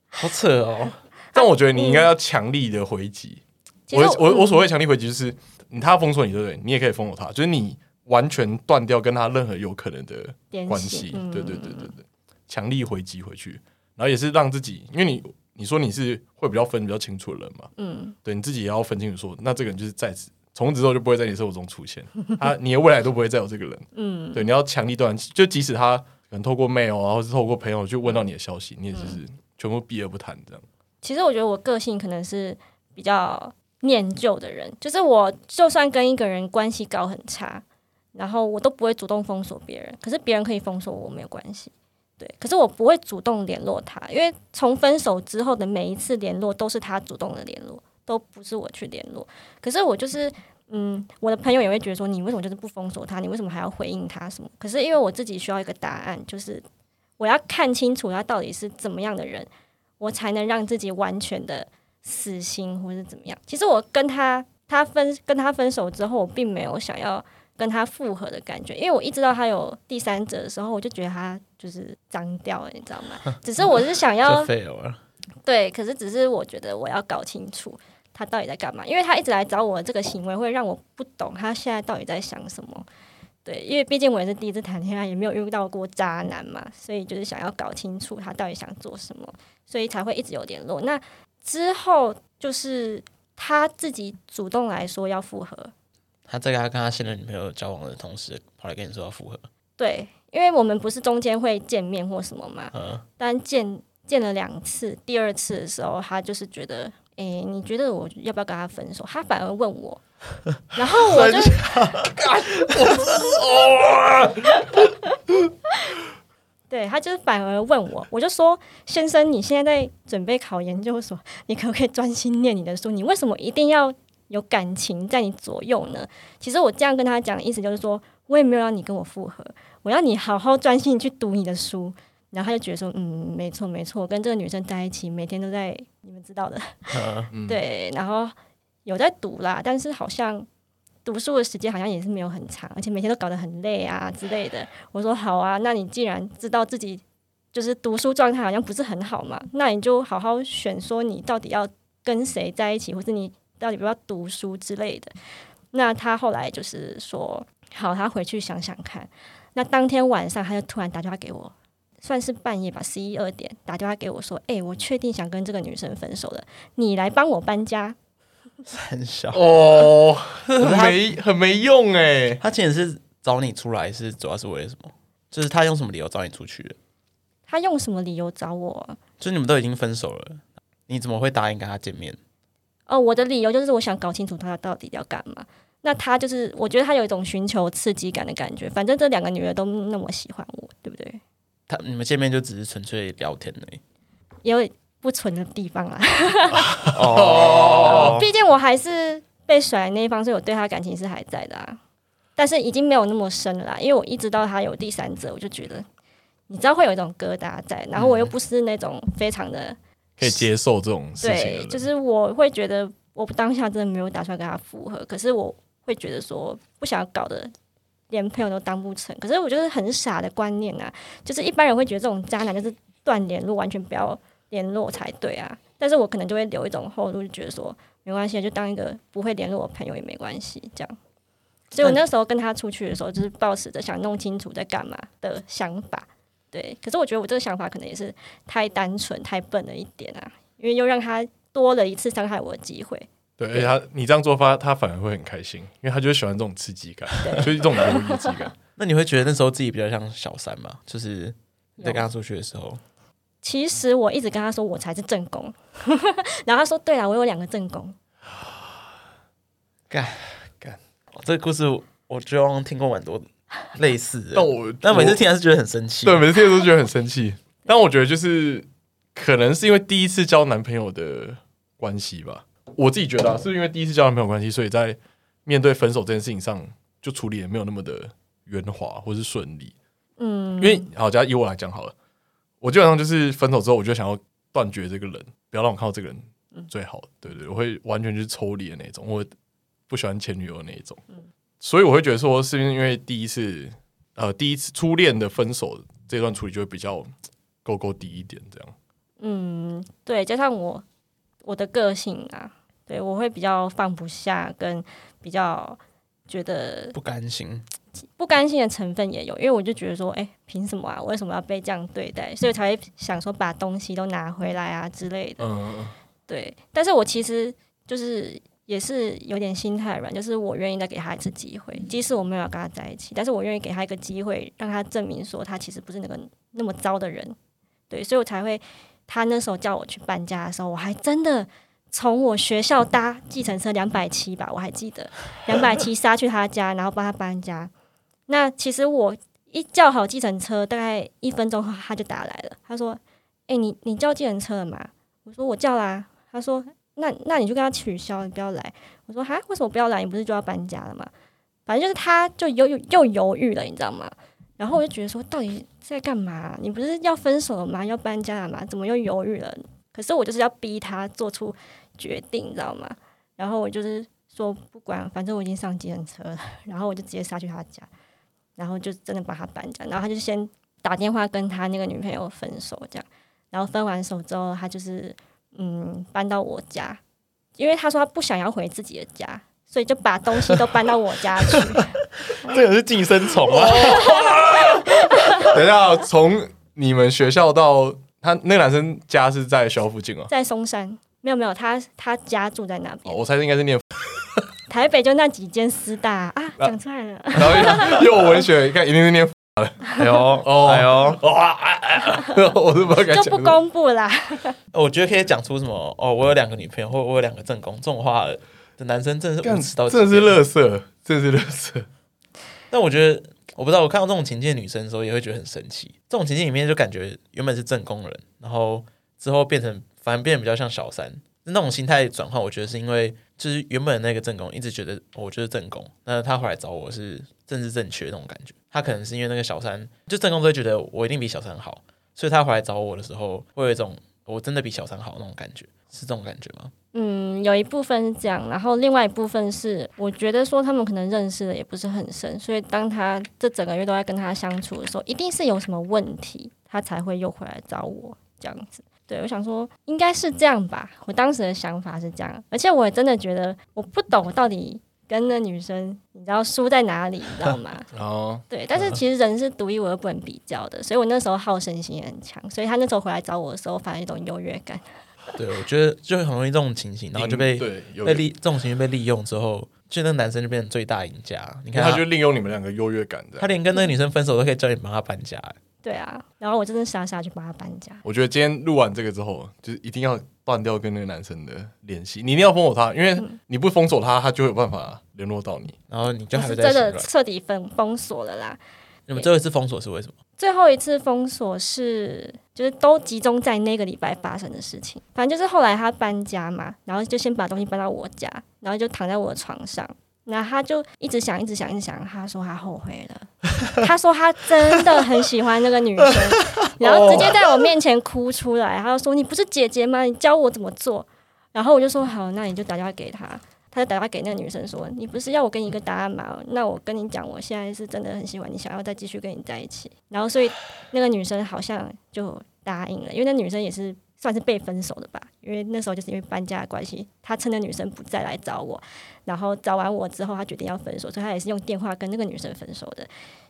好扯哦。但我觉得你应该要强力的回击。啊嗯其我实嗯的我我所谓谓强力回击就是，你他封锁你对不对？你也可以封锁他，就是你完全断掉跟他任何有可能的关系。嗯对对对对对，强力回击回去，然后也是让自己，因为你你说你是会比较分比较清楚的人嘛，嗯，对，你自己也要分清楚说，那这个人就是在此从此之后就不会在你生活中出现， *laughs* 他你的未来都不会再有这个人。 *laughs* 嗯对，你要强力断，就即使他可能透过 mail 啊，或是透过朋友去问到你的消息，你也嗯就是全部避而不谈这样。其实我觉得我个性可能是比较念旧的人，就是我就算跟一个人关系搞很差，然后我都不会主动封锁别人，可是别人可以封锁我，没有关系。对，可是我不会主动联络他，因为从分手之后的每一次联络都是他主动的联络，都不是我去联络。可是我就是，嗯，我的朋友也会觉得说，你为什么就是不封锁他？你为什么还要回应他什么？可是因为我自己需要一个答案，就是我要看清楚他到底是怎么样的人，我才能让自己完全的死心或是怎么样。其实我跟他他分跟他分手之后，我并没有想要跟他复合的感觉，因为我一知道他有第三者的时候，我就觉得他就是脏掉了，你知道吗？只是我是想哎要这 fail 了，对，可是只是我觉得我要搞清楚他到底在干嘛，因为他一直来找我，这个行为会让我不懂他现在到底在想什么。对，因为毕竟我也是第一次谈恋爱，也没有遇到过渣男嘛，所以就是想要搞清楚他到底想做什么，所以才会一直有联络。那之后就是他自己主动来说要复合，他在他跟他现任女朋友交往的同时，跑来跟你说要复合，对，因为我们不是中间会见面或什么嘛，嗯，但见见了两次，第二次的时候，他就是觉得，诶，你觉得我要不要跟他分手？他反而问我，然后我就，哦 *laughs* 对他就是反而问我，我就说，先生，你现在在准备考研究所，你可不可以专心念你的书？你为什么一定要有感情在你左右呢？其实我这样跟他讲，意思就是说我也没有让你跟我复合，我要你好好专心去读你的书。然后他就觉得说，嗯，没错没错，我跟这个女生在一起，每天都在，你们知道的，呃 *laughs* 嗯，对。然后有在读啦，但是好像读书的时间好像也是没有很长，而且每天都搞得很累啊之类的。我说好啊，那你既然知道自己就是读书状态好像不是很好嘛，那你就好好选说你到底要跟谁在一起，或是你到底要不要读书之类的。那他后来就是说，好，他回去想想看。那当天晚上，他就突然打电话给我，算是半夜吧，十一二点打电话给我说：“哎、我确定想跟这个女生分手了，你来帮我搬家。很小。哦，很没很没用哎。他前是找你出来是主要是为了什么？就是他用什么理由找你出去的？”他用什么理由找我？就是你们都已经分手了，你怎么会答应跟他见面？哦，我的理由就是我想搞清楚他到底要干嘛。那他就是，我觉得他有一种寻求刺激感的感觉。反正这两个女的都那么喜欢我，对不对？他你们见面就只是纯粹聊天而已。也有不纯的地方啦。哦，毕竟我还是被甩的那一方，所以我对他感情是还在的啊，但是已经没有那么深了啦，因为我一直到他有第三者，我就觉得，你知道会有一种疙瘩在，然后我又不是那种非常的、可以接受这种事情的对，人，就是我会觉得我当下真的没有打算跟他复合，可是我会觉得说不想搞的。连朋友都当不成，可是我就是很傻的观念啊，就是一般人会觉得这种渣男就是断联络，完全不要联络才对啊。但是我可能就会留一种后路，就觉得说没关系，就当一个不会联络我朋友也没关系，这样。所以我那时候跟他出去的时候，就是抱持着想弄清楚在干嘛的想法，对。可是我觉得我这个想法可能也是太单纯、太笨了一点啊，因为又让他多了一次伤害我的机会。对，而且他你这样做发，他反而会很开心，因为他就是喜欢这种刺激感，就是这种有意激感。那你会觉得那时候自己比较像小三吗？就是你在跟他出去的时候，其实我一直跟他说我才是正宫， *laughs* 然后他说对啊，我有两个正宫，哦这个故事我觉得好像听过蛮多类似的， *laughs* 但我但每次我听还是觉得很生气。对，每次听的时候觉得很生气，但我觉得就是可能是因为第一次交男朋友的关系吧，我自己觉得、啊、是因为第一次交男朋友关系，所以在面对分手这件事情上，就处理也没有那么的圆滑或是顺利。嗯，因为好，假如以我来讲好了，我基本上就是分手之后，我就想要断绝这个人，不要让我看到这个人最好，对对，我会完全就是抽离的那种，我不喜欢前女友的那一种，所以我会觉得说，是因为第一次呃第一次初恋的分手这段处理就会比较勾勾低一点，这样嗯，对，加上我我的个性啊，对我会比较放不下，跟比较觉得不甘心，不甘心的成分也有，因为我就觉得说，哎，凭什么啊？我为什么要被这样对待？所以才会想说把东西都拿回来啊之类的。嗯，对，但是我其实就是也是有点心太软，就是我愿意再给他一次机会，即使我没有要跟他在一起，但是我愿意给他一个机会，让他证明说他其实不是那个那么糟的人。对，所以我才会，他那时候叫我去搬家的时候，我还真的从我学校搭计程车两百七吧，我还记得两百七杀去他家，然后帮他搬家。那其实我一叫好计程车，大概一分钟后他就打来了，他说：“哎、你你叫计程车了吗？”我说我叫啦。他说那那你就跟他取消，你不要来。我说哈，为什么不要来？你不是就要搬家了吗？反正就是他就犹豫又犹豫了，你知道吗？然后我就觉得说，到底在干嘛？你不是要分手了吗？要搬家了吗？怎么又犹豫了？可是我就是要逼他做出决定，你知道吗？然后我就是说不管，反正我已经上计程车了，然后我就直接杀去他家，然后就真的把他搬家，然后他就先打电话跟他那个女朋友分手，这样，然后分完手之后，他就是嗯搬到我家，因为他说他不想要回自己的家，所以就把东西都搬到我家去。 *laughs* 这个是寄生虫啊！等一下哦从你们学校到他那个男生家是在学校附近哦，在松山没有没有，他他家住在那哦边，我猜应该是念，台北就那几间师大啊，啊讲出来了。然后又 *laughs* 文学，看一定是念，哎呦，哦，哎呦， *laughs* 我都不知道该讲就什不么。公布啦，哦我觉得可以讲出什么哦，我有两个女朋友，或我有两个正宫，这种话的男生真的是干无耻到真的是极点乐色，真的是乐色。但我觉得，我不知道，我看到这种情境的女生的时候，也会觉得很神奇。这种情境里面，就感觉原本是正宫人，然后之后变成反而变得比较像小三。那种心态转换，我觉得是因为就是原本的那个正宫一直觉得哦我就是正宫，那他回来找我是政治正确那种感觉。他可能是因为那个小三，就正宫都会觉得我一定比小三好，所以他回来找我的时候，会有一种我真的比小三好那种感觉，是这种感觉吗？嗯，有一部分是这样，然后另外一部分是，我觉得说他们可能认识的也不是很深，所以当他这整个月都在跟他相处的时候，一定是有什么问题，他才会又回来找我这样子。对，我想说应该是这样吧，我当时的想法是这样，而且我也真的觉得我不懂到底跟那女生，你知道输在哪里，你知道吗？ *laughs* 然后对，但是其实人是独一无二，不能比较的，所以我那时候好胜心也很强，所以他那时候回来找我的时候，反而有一种优越感。对，我觉得就很容易这种情形，然后就被对有被利这种情绪被利用之后，就那个男生就变成最大赢家。你看他他，就利用你们两个优越感这他样。连跟那个女生分手都可以叫你帮他搬家，对啊，然后我真的傻傻去帮他搬家。我觉得今天录完这个之后，就是一定要断掉跟那个男生的联系，你一定要封锁他，因为嗯你不封锁他，他就有办法联络到你。然后你就我还是会真再心的软。彻底封封锁了啦。你们最后一次封锁是为什么？最后一次封锁是，就是都集中在那个礼拜发生的事情。反正就是后来他搬家嘛，然后就先把东西搬到我家，然后就躺在我的床上。然后他就一直想，一直想，一直想。他说他后悔 *laughs* 了，他说他真的很喜欢那个女生，然后直哦接在我面前哭出来。他就说：“你不是姐姐吗？你教我怎么做。”然后我就说：“好，那你就打电话给他。”他就打电话给那个女生说：“你不是要我给你一个答案吗？那我跟你讲，我现在是真的很喜欢你，想要再继续跟你在一起。”然后所以那个女生好像就答应了，因为那女生也是算是被分手的吧，因为那时候就是因为搬家的关系，他趁那女生不在来找我，然后找完我之后，他决定要分手，所以他也是用电话跟那个女生分手的。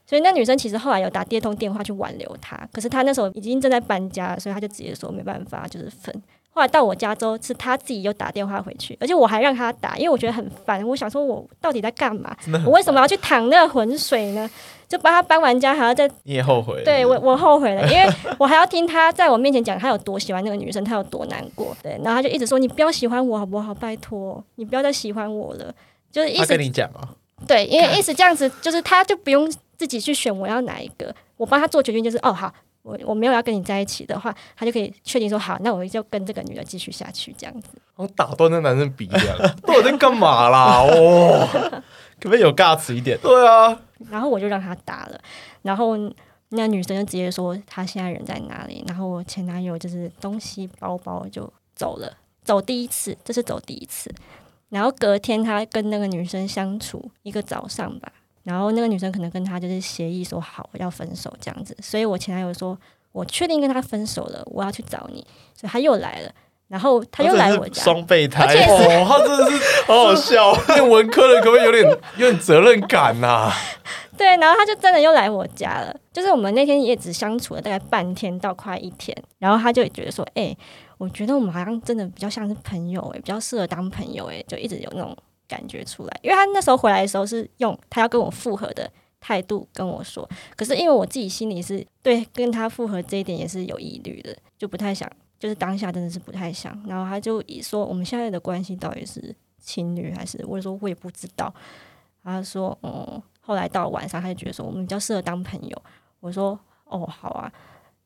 所以那女生其实后来有打第二通电话去挽留他，可是他那时候已经正在搬家，所以他就直接说没办法，就是分。后来到我家之后，是他自己又打电话回去，而且我还让他打，因为我觉得很烦，我想说我到底在干嘛？我为什么要去淌那个浑水呢？就帮他搬完家，还要再你也后悔了？对我，我后悔了，因为我还要听他在我面前讲他有多喜欢那个女生，他有多难过。对，然后他就一直说：“你不要喜欢我好不好？拜托，你不要再喜欢我了。”就是一他直跟你讲啊，对，因为一直这样子，就是他就不用自己去选我要哪一个，我帮他做决定，就是哦好，我我没有要跟你在一起的话，他就可以确定说好，那我就跟这个女的继续下去这样子。我打断那男生鼻啊 *laughs* 梁，到底在干嘛 *laughs* 啦？哦，可不可以有尬词一点？对啊，然后我就让他打了，然后那女生就直接说她现在人在哪里，然后我前男友就是东西包包就走了，走第一次，这是走第一次，然后隔天他跟那个女生相处一个早上吧，然后那个女生可能跟他就是协议说好要分手这样子，所以我前男友说我确定跟他分手了，我要去找你，所以他又来了，然后他哦又真的来是我家，双备胎，而且是哦，他真的 *laughs* 是好好笑。念文科的可不可以有点有点责任感啊呐、 *laughs* 对，然后他就真的又来我家了，就是我们那天也只相处了大概半天到快一天，然后他就觉得说，哎、我觉得我们好像真的比较像是朋友、哎，比较适合当朋友、哎，就一直有那种感觉出来。因为他那时候回来的时候是用他要跟我复合的态度跟我说，可是因为我自己心里是对跟他复合这一点也是有疑虑的，就不太想，就是当下真的是不太想。然后他就以说我们现在的关系到底是情侣还是，我就说我也不知道。他说，嗯，后来到晚上他就觉得说我们比较适合当朋友。我说，哦，好啊。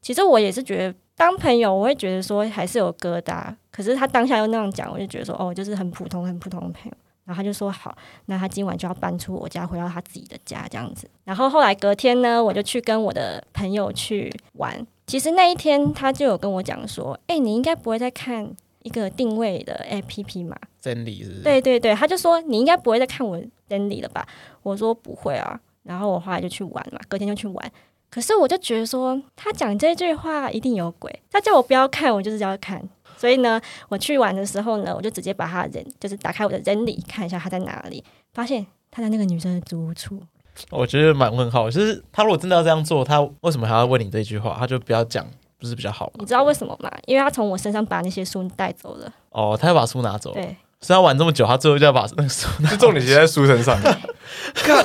其实我也是觉得当朋友，我会觉得说还是有疙瘩。可是他当下又那样讲，我就觉得说，哦，就是很普通、很普通的朋友。然后他就说好，那他今晚就要搬出我家，回到他自己的家这样子。然后后来隔天呢，我就去跟我的朋友去玩。其实那一天他就有跟我讲说，哎、你应该不会再看一个定位的 APP 嘛？真理是不是？对对对，他就说你应该不会再看我 Danny 了吧？我说不会啊，然后我后来就去玩嘛，隔天就去玩。可是我就觉得说，他讲这句话一定有鬼，他叫我不要看，我就是要看。所以呢，我去玩的时候呢，我就直接把他的人，就是打开我的人里看一下他在哪里，发现他在那个女生的租屋处。我觉得蛮问号，就是他如果真的要这样做，他为什么还要问你这句话？他就不要讲，不是比较好吗你？知道为什么吗？因为他从我身上把那些书带走了。哦，他要把书拿走，对，所以他玩这么久，他最后就要把那个书拿就 *laughs* 重点写在书身 *laughs* 上。看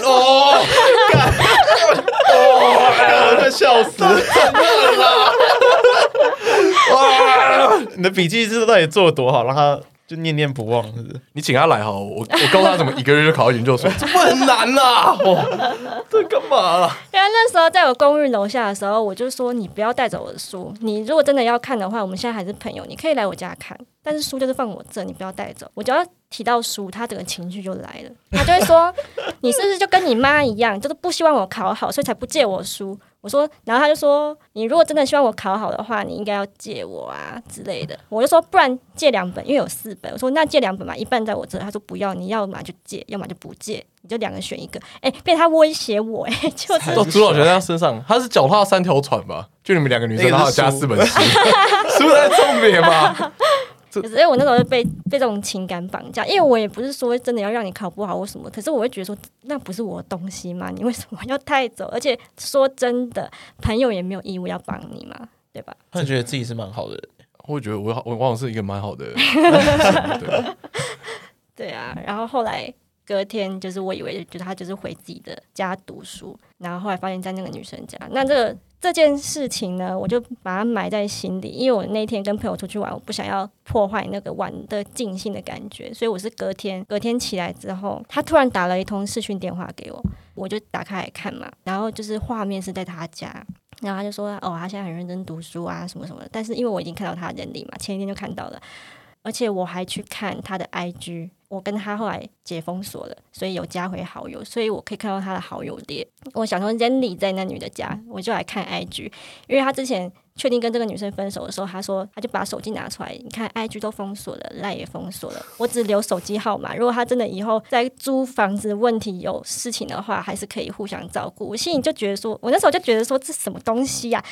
哦，看哦，我快笑死 *laughs* 了，你的笔记是到底做得多好，让他就念念不忘，是不是？你请他来好，我我告诉他怎么一个月就考到研究哦所， *laughs* 这不很难呐、 *laughs* 哇，这干嘛啊啦？ *laughs* 因为那时候在我公寓楼下的时候，我就说你不要带走我的书，你如果真的要看的话，我们现在还是朋友，你可以来我家看，但是书就是放我这，你不要带走。我只要提到书，他整个情绪就来了，他就会说你是不是就跟你妈一样，就是不希望我考好，所以才不借我书。我说，然后他就说，你如果真的希望我考好的话，你应该要借我啊之类的。我就说，不然借两本，因为有四本。我说那借两本嘛，一半在我这。他说不要，你要嘛就借，要么就不借，你就两个选一个。哎，被他威胁我，哎，就是到朱老学在他身上，他是脚踏三条船吧？就你们两个女生，那个是然后加四本书， *laughs* 书才是重点吧？所哎以我那时候就被被这种情感绑架，因为我也不是说真的要让你考不好或什么，可是我会觉得说那不是我的东西嘛，你为什么要带走？而且说真的，朋友也没有义务要帮你嘛，对吧？他觉得自己是蛮好的人，我觉得我好我往往是一个蛮好的 *laughs* 对，对啊，然后后来隔天就是我以为就是他就是回自己的家读书，然后后来发现在那个女生家，那这个这件事情呢，我就把它埋在心里，因为我那天跟朋友出去玩，我不想要破坏那个玩的尽兴的感觉，所以我是隔天隔天起来之后，他突然打了一通视讯电话给我，我就打开来看嘛，然后就是画面是在他家。然后他就说：“哦，他现在很认真读书啊，什么什么的。”但是因为我已经看到他的人脸嘛，前一天就看到了，而且我还去看他的 IG，我跟他后来解封锁了，所以有加回好友，所以我可以看到他的好友列。我想说 Zenly 在那女的家，我就来看 IG，因为他之前确定跟这个女生分手的时候，他说他就把手机拿出来，你看 IG 都封锁了，赖也封锁了，我只留手机号码。如果他真的以后在租房子问题有事情的话，还是可以互相照顾。我心里就觉得说，我那时候就觉得说这什么东西呀、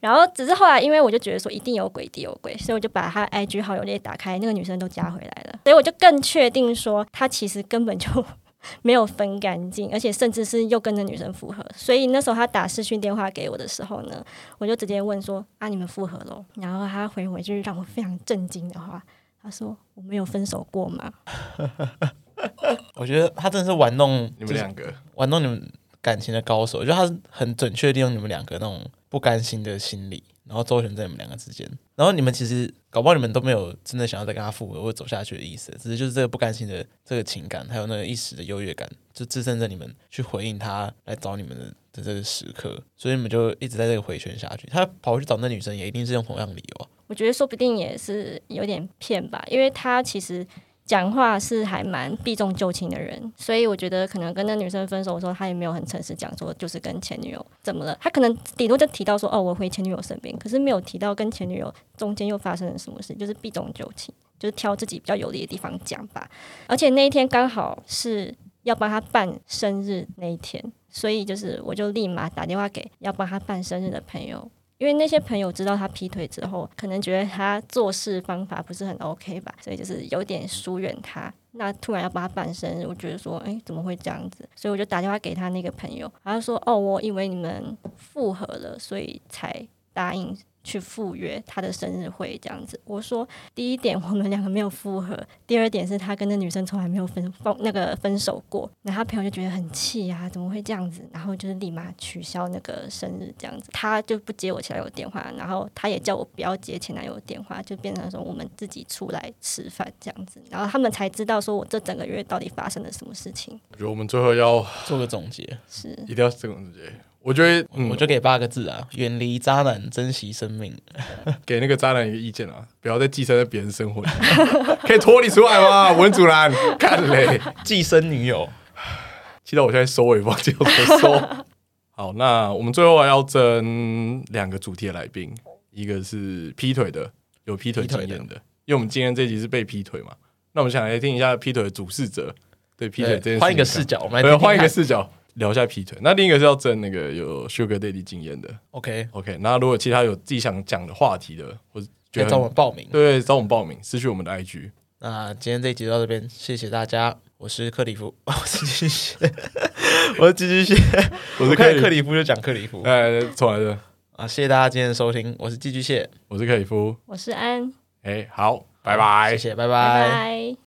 然后只是后来，因为我就觉得说一定有鬼，一定有鬼，所以我就把他 IG 好友列打开，那个女生都加回来了，所以我就更确定说他其实根本就 *laughs* 没有分干净，而且甚至是又跟那女生复合。所以那时候他打视讯电话给我的时候呢，我就直接问说：“啊，你们复合咯？”然后他回我一句让我非常震惊的话，他说：“我没有分手过嘛。”我觉得他真的是玩弄你们两个玩弄你们感情的高手，就他很准确利用你们两个那种不甘心的心理，然后周旋在你们两个之间。然后你们其实搞不好你们都没有真的想要再跟他复合或者走下去的意思，只是就是这个不甘心的这个情感，还有那个一时的优越感，就支撑着你们去回应他来找你们的的这个时刻，所以你们就一直在这个回旋下去。他跑去找那女生也一定是用同样的理由啊、我觉得说不定也是有点骗吧，因为他其实讲话是还蛮避重就轻的人，所以我觉得可能跟那女生分手的时候，他也没有很诚实讲说就是跟前女友怎么了，他可能顶多就提到说哦我回前女友身边，可是没有提到跟前女友中间又发生了什么事，就是避重就轻，就是挑自己比较有利的地方讲吧。而且那一天刚好是要帮他办生日那一天，所以就是我就立马打电话给要帮他办生日的朋友，因为那些朋友知道他劈腿之后，可能觉得他做事方法不是很 OK 吧，所以就是有点疏远他。那突然要帮他办生日，我觉得说，哎，怎么会这样子？所以我就打电话给他那个朋友，他就说，哦，我以为你们复合了，所以才答应去赴约他的生日会这样子。我说，第一点我们两个没有复合，第二点是他跟那女生从来没有分分那个分手过。然后他朋友就觉得很气啊，怎么会这样子？然后就是立马取消那个生日这样子，他就不接我前男友的电话，然后他也叫我不要接前男友的电话，就变成说我们自己出来吃饭这样子。然后他们才知道说我这整个月到底发生了什么事情。我觉得我们最后要做个总结，是一定要这种直接。我觉得，嗯，我就给八个字啊：远离渣男，珍惜生 *laughs* 命。给那个渣男一个意见啊，不要再寄生在别人生活里， *laughs* 可以脱离出来吗？文主男，看嘞，寄 *laughs* 生女友，气到我现在收尾忘记要怎么收。 *laughs* 好，那我们最后还要征两个主题的来宾，一个是劈腿的，有劈腿经验劈的，因为我们今天这集是被劈腿嘛，那我们想来听一下劈腿的主事者对劈腿这件事情换一个的看视法，角，我们来对，听听换一个看视角聊一下劈腿。那另一个是要征那个有 Sugar Daddy 经验的 OK， ，OK。那如果其他有自己想讲的话题的，或者觉来哎得找很我们报名。对，找我们报名，私讯我们的 IG。那今天这一集就到这边，谢谢大家，我是克里 *laughs* 夫，我是寄居蟹，我是寄居蟹，我我是克看里克里夫就讲克里夫哎，重来的，啊！谢谢大家今天的收听，我是寄居蟹，我是克里夫。我是安，哎，好，拜拜谢。谢，拜拜拜拜。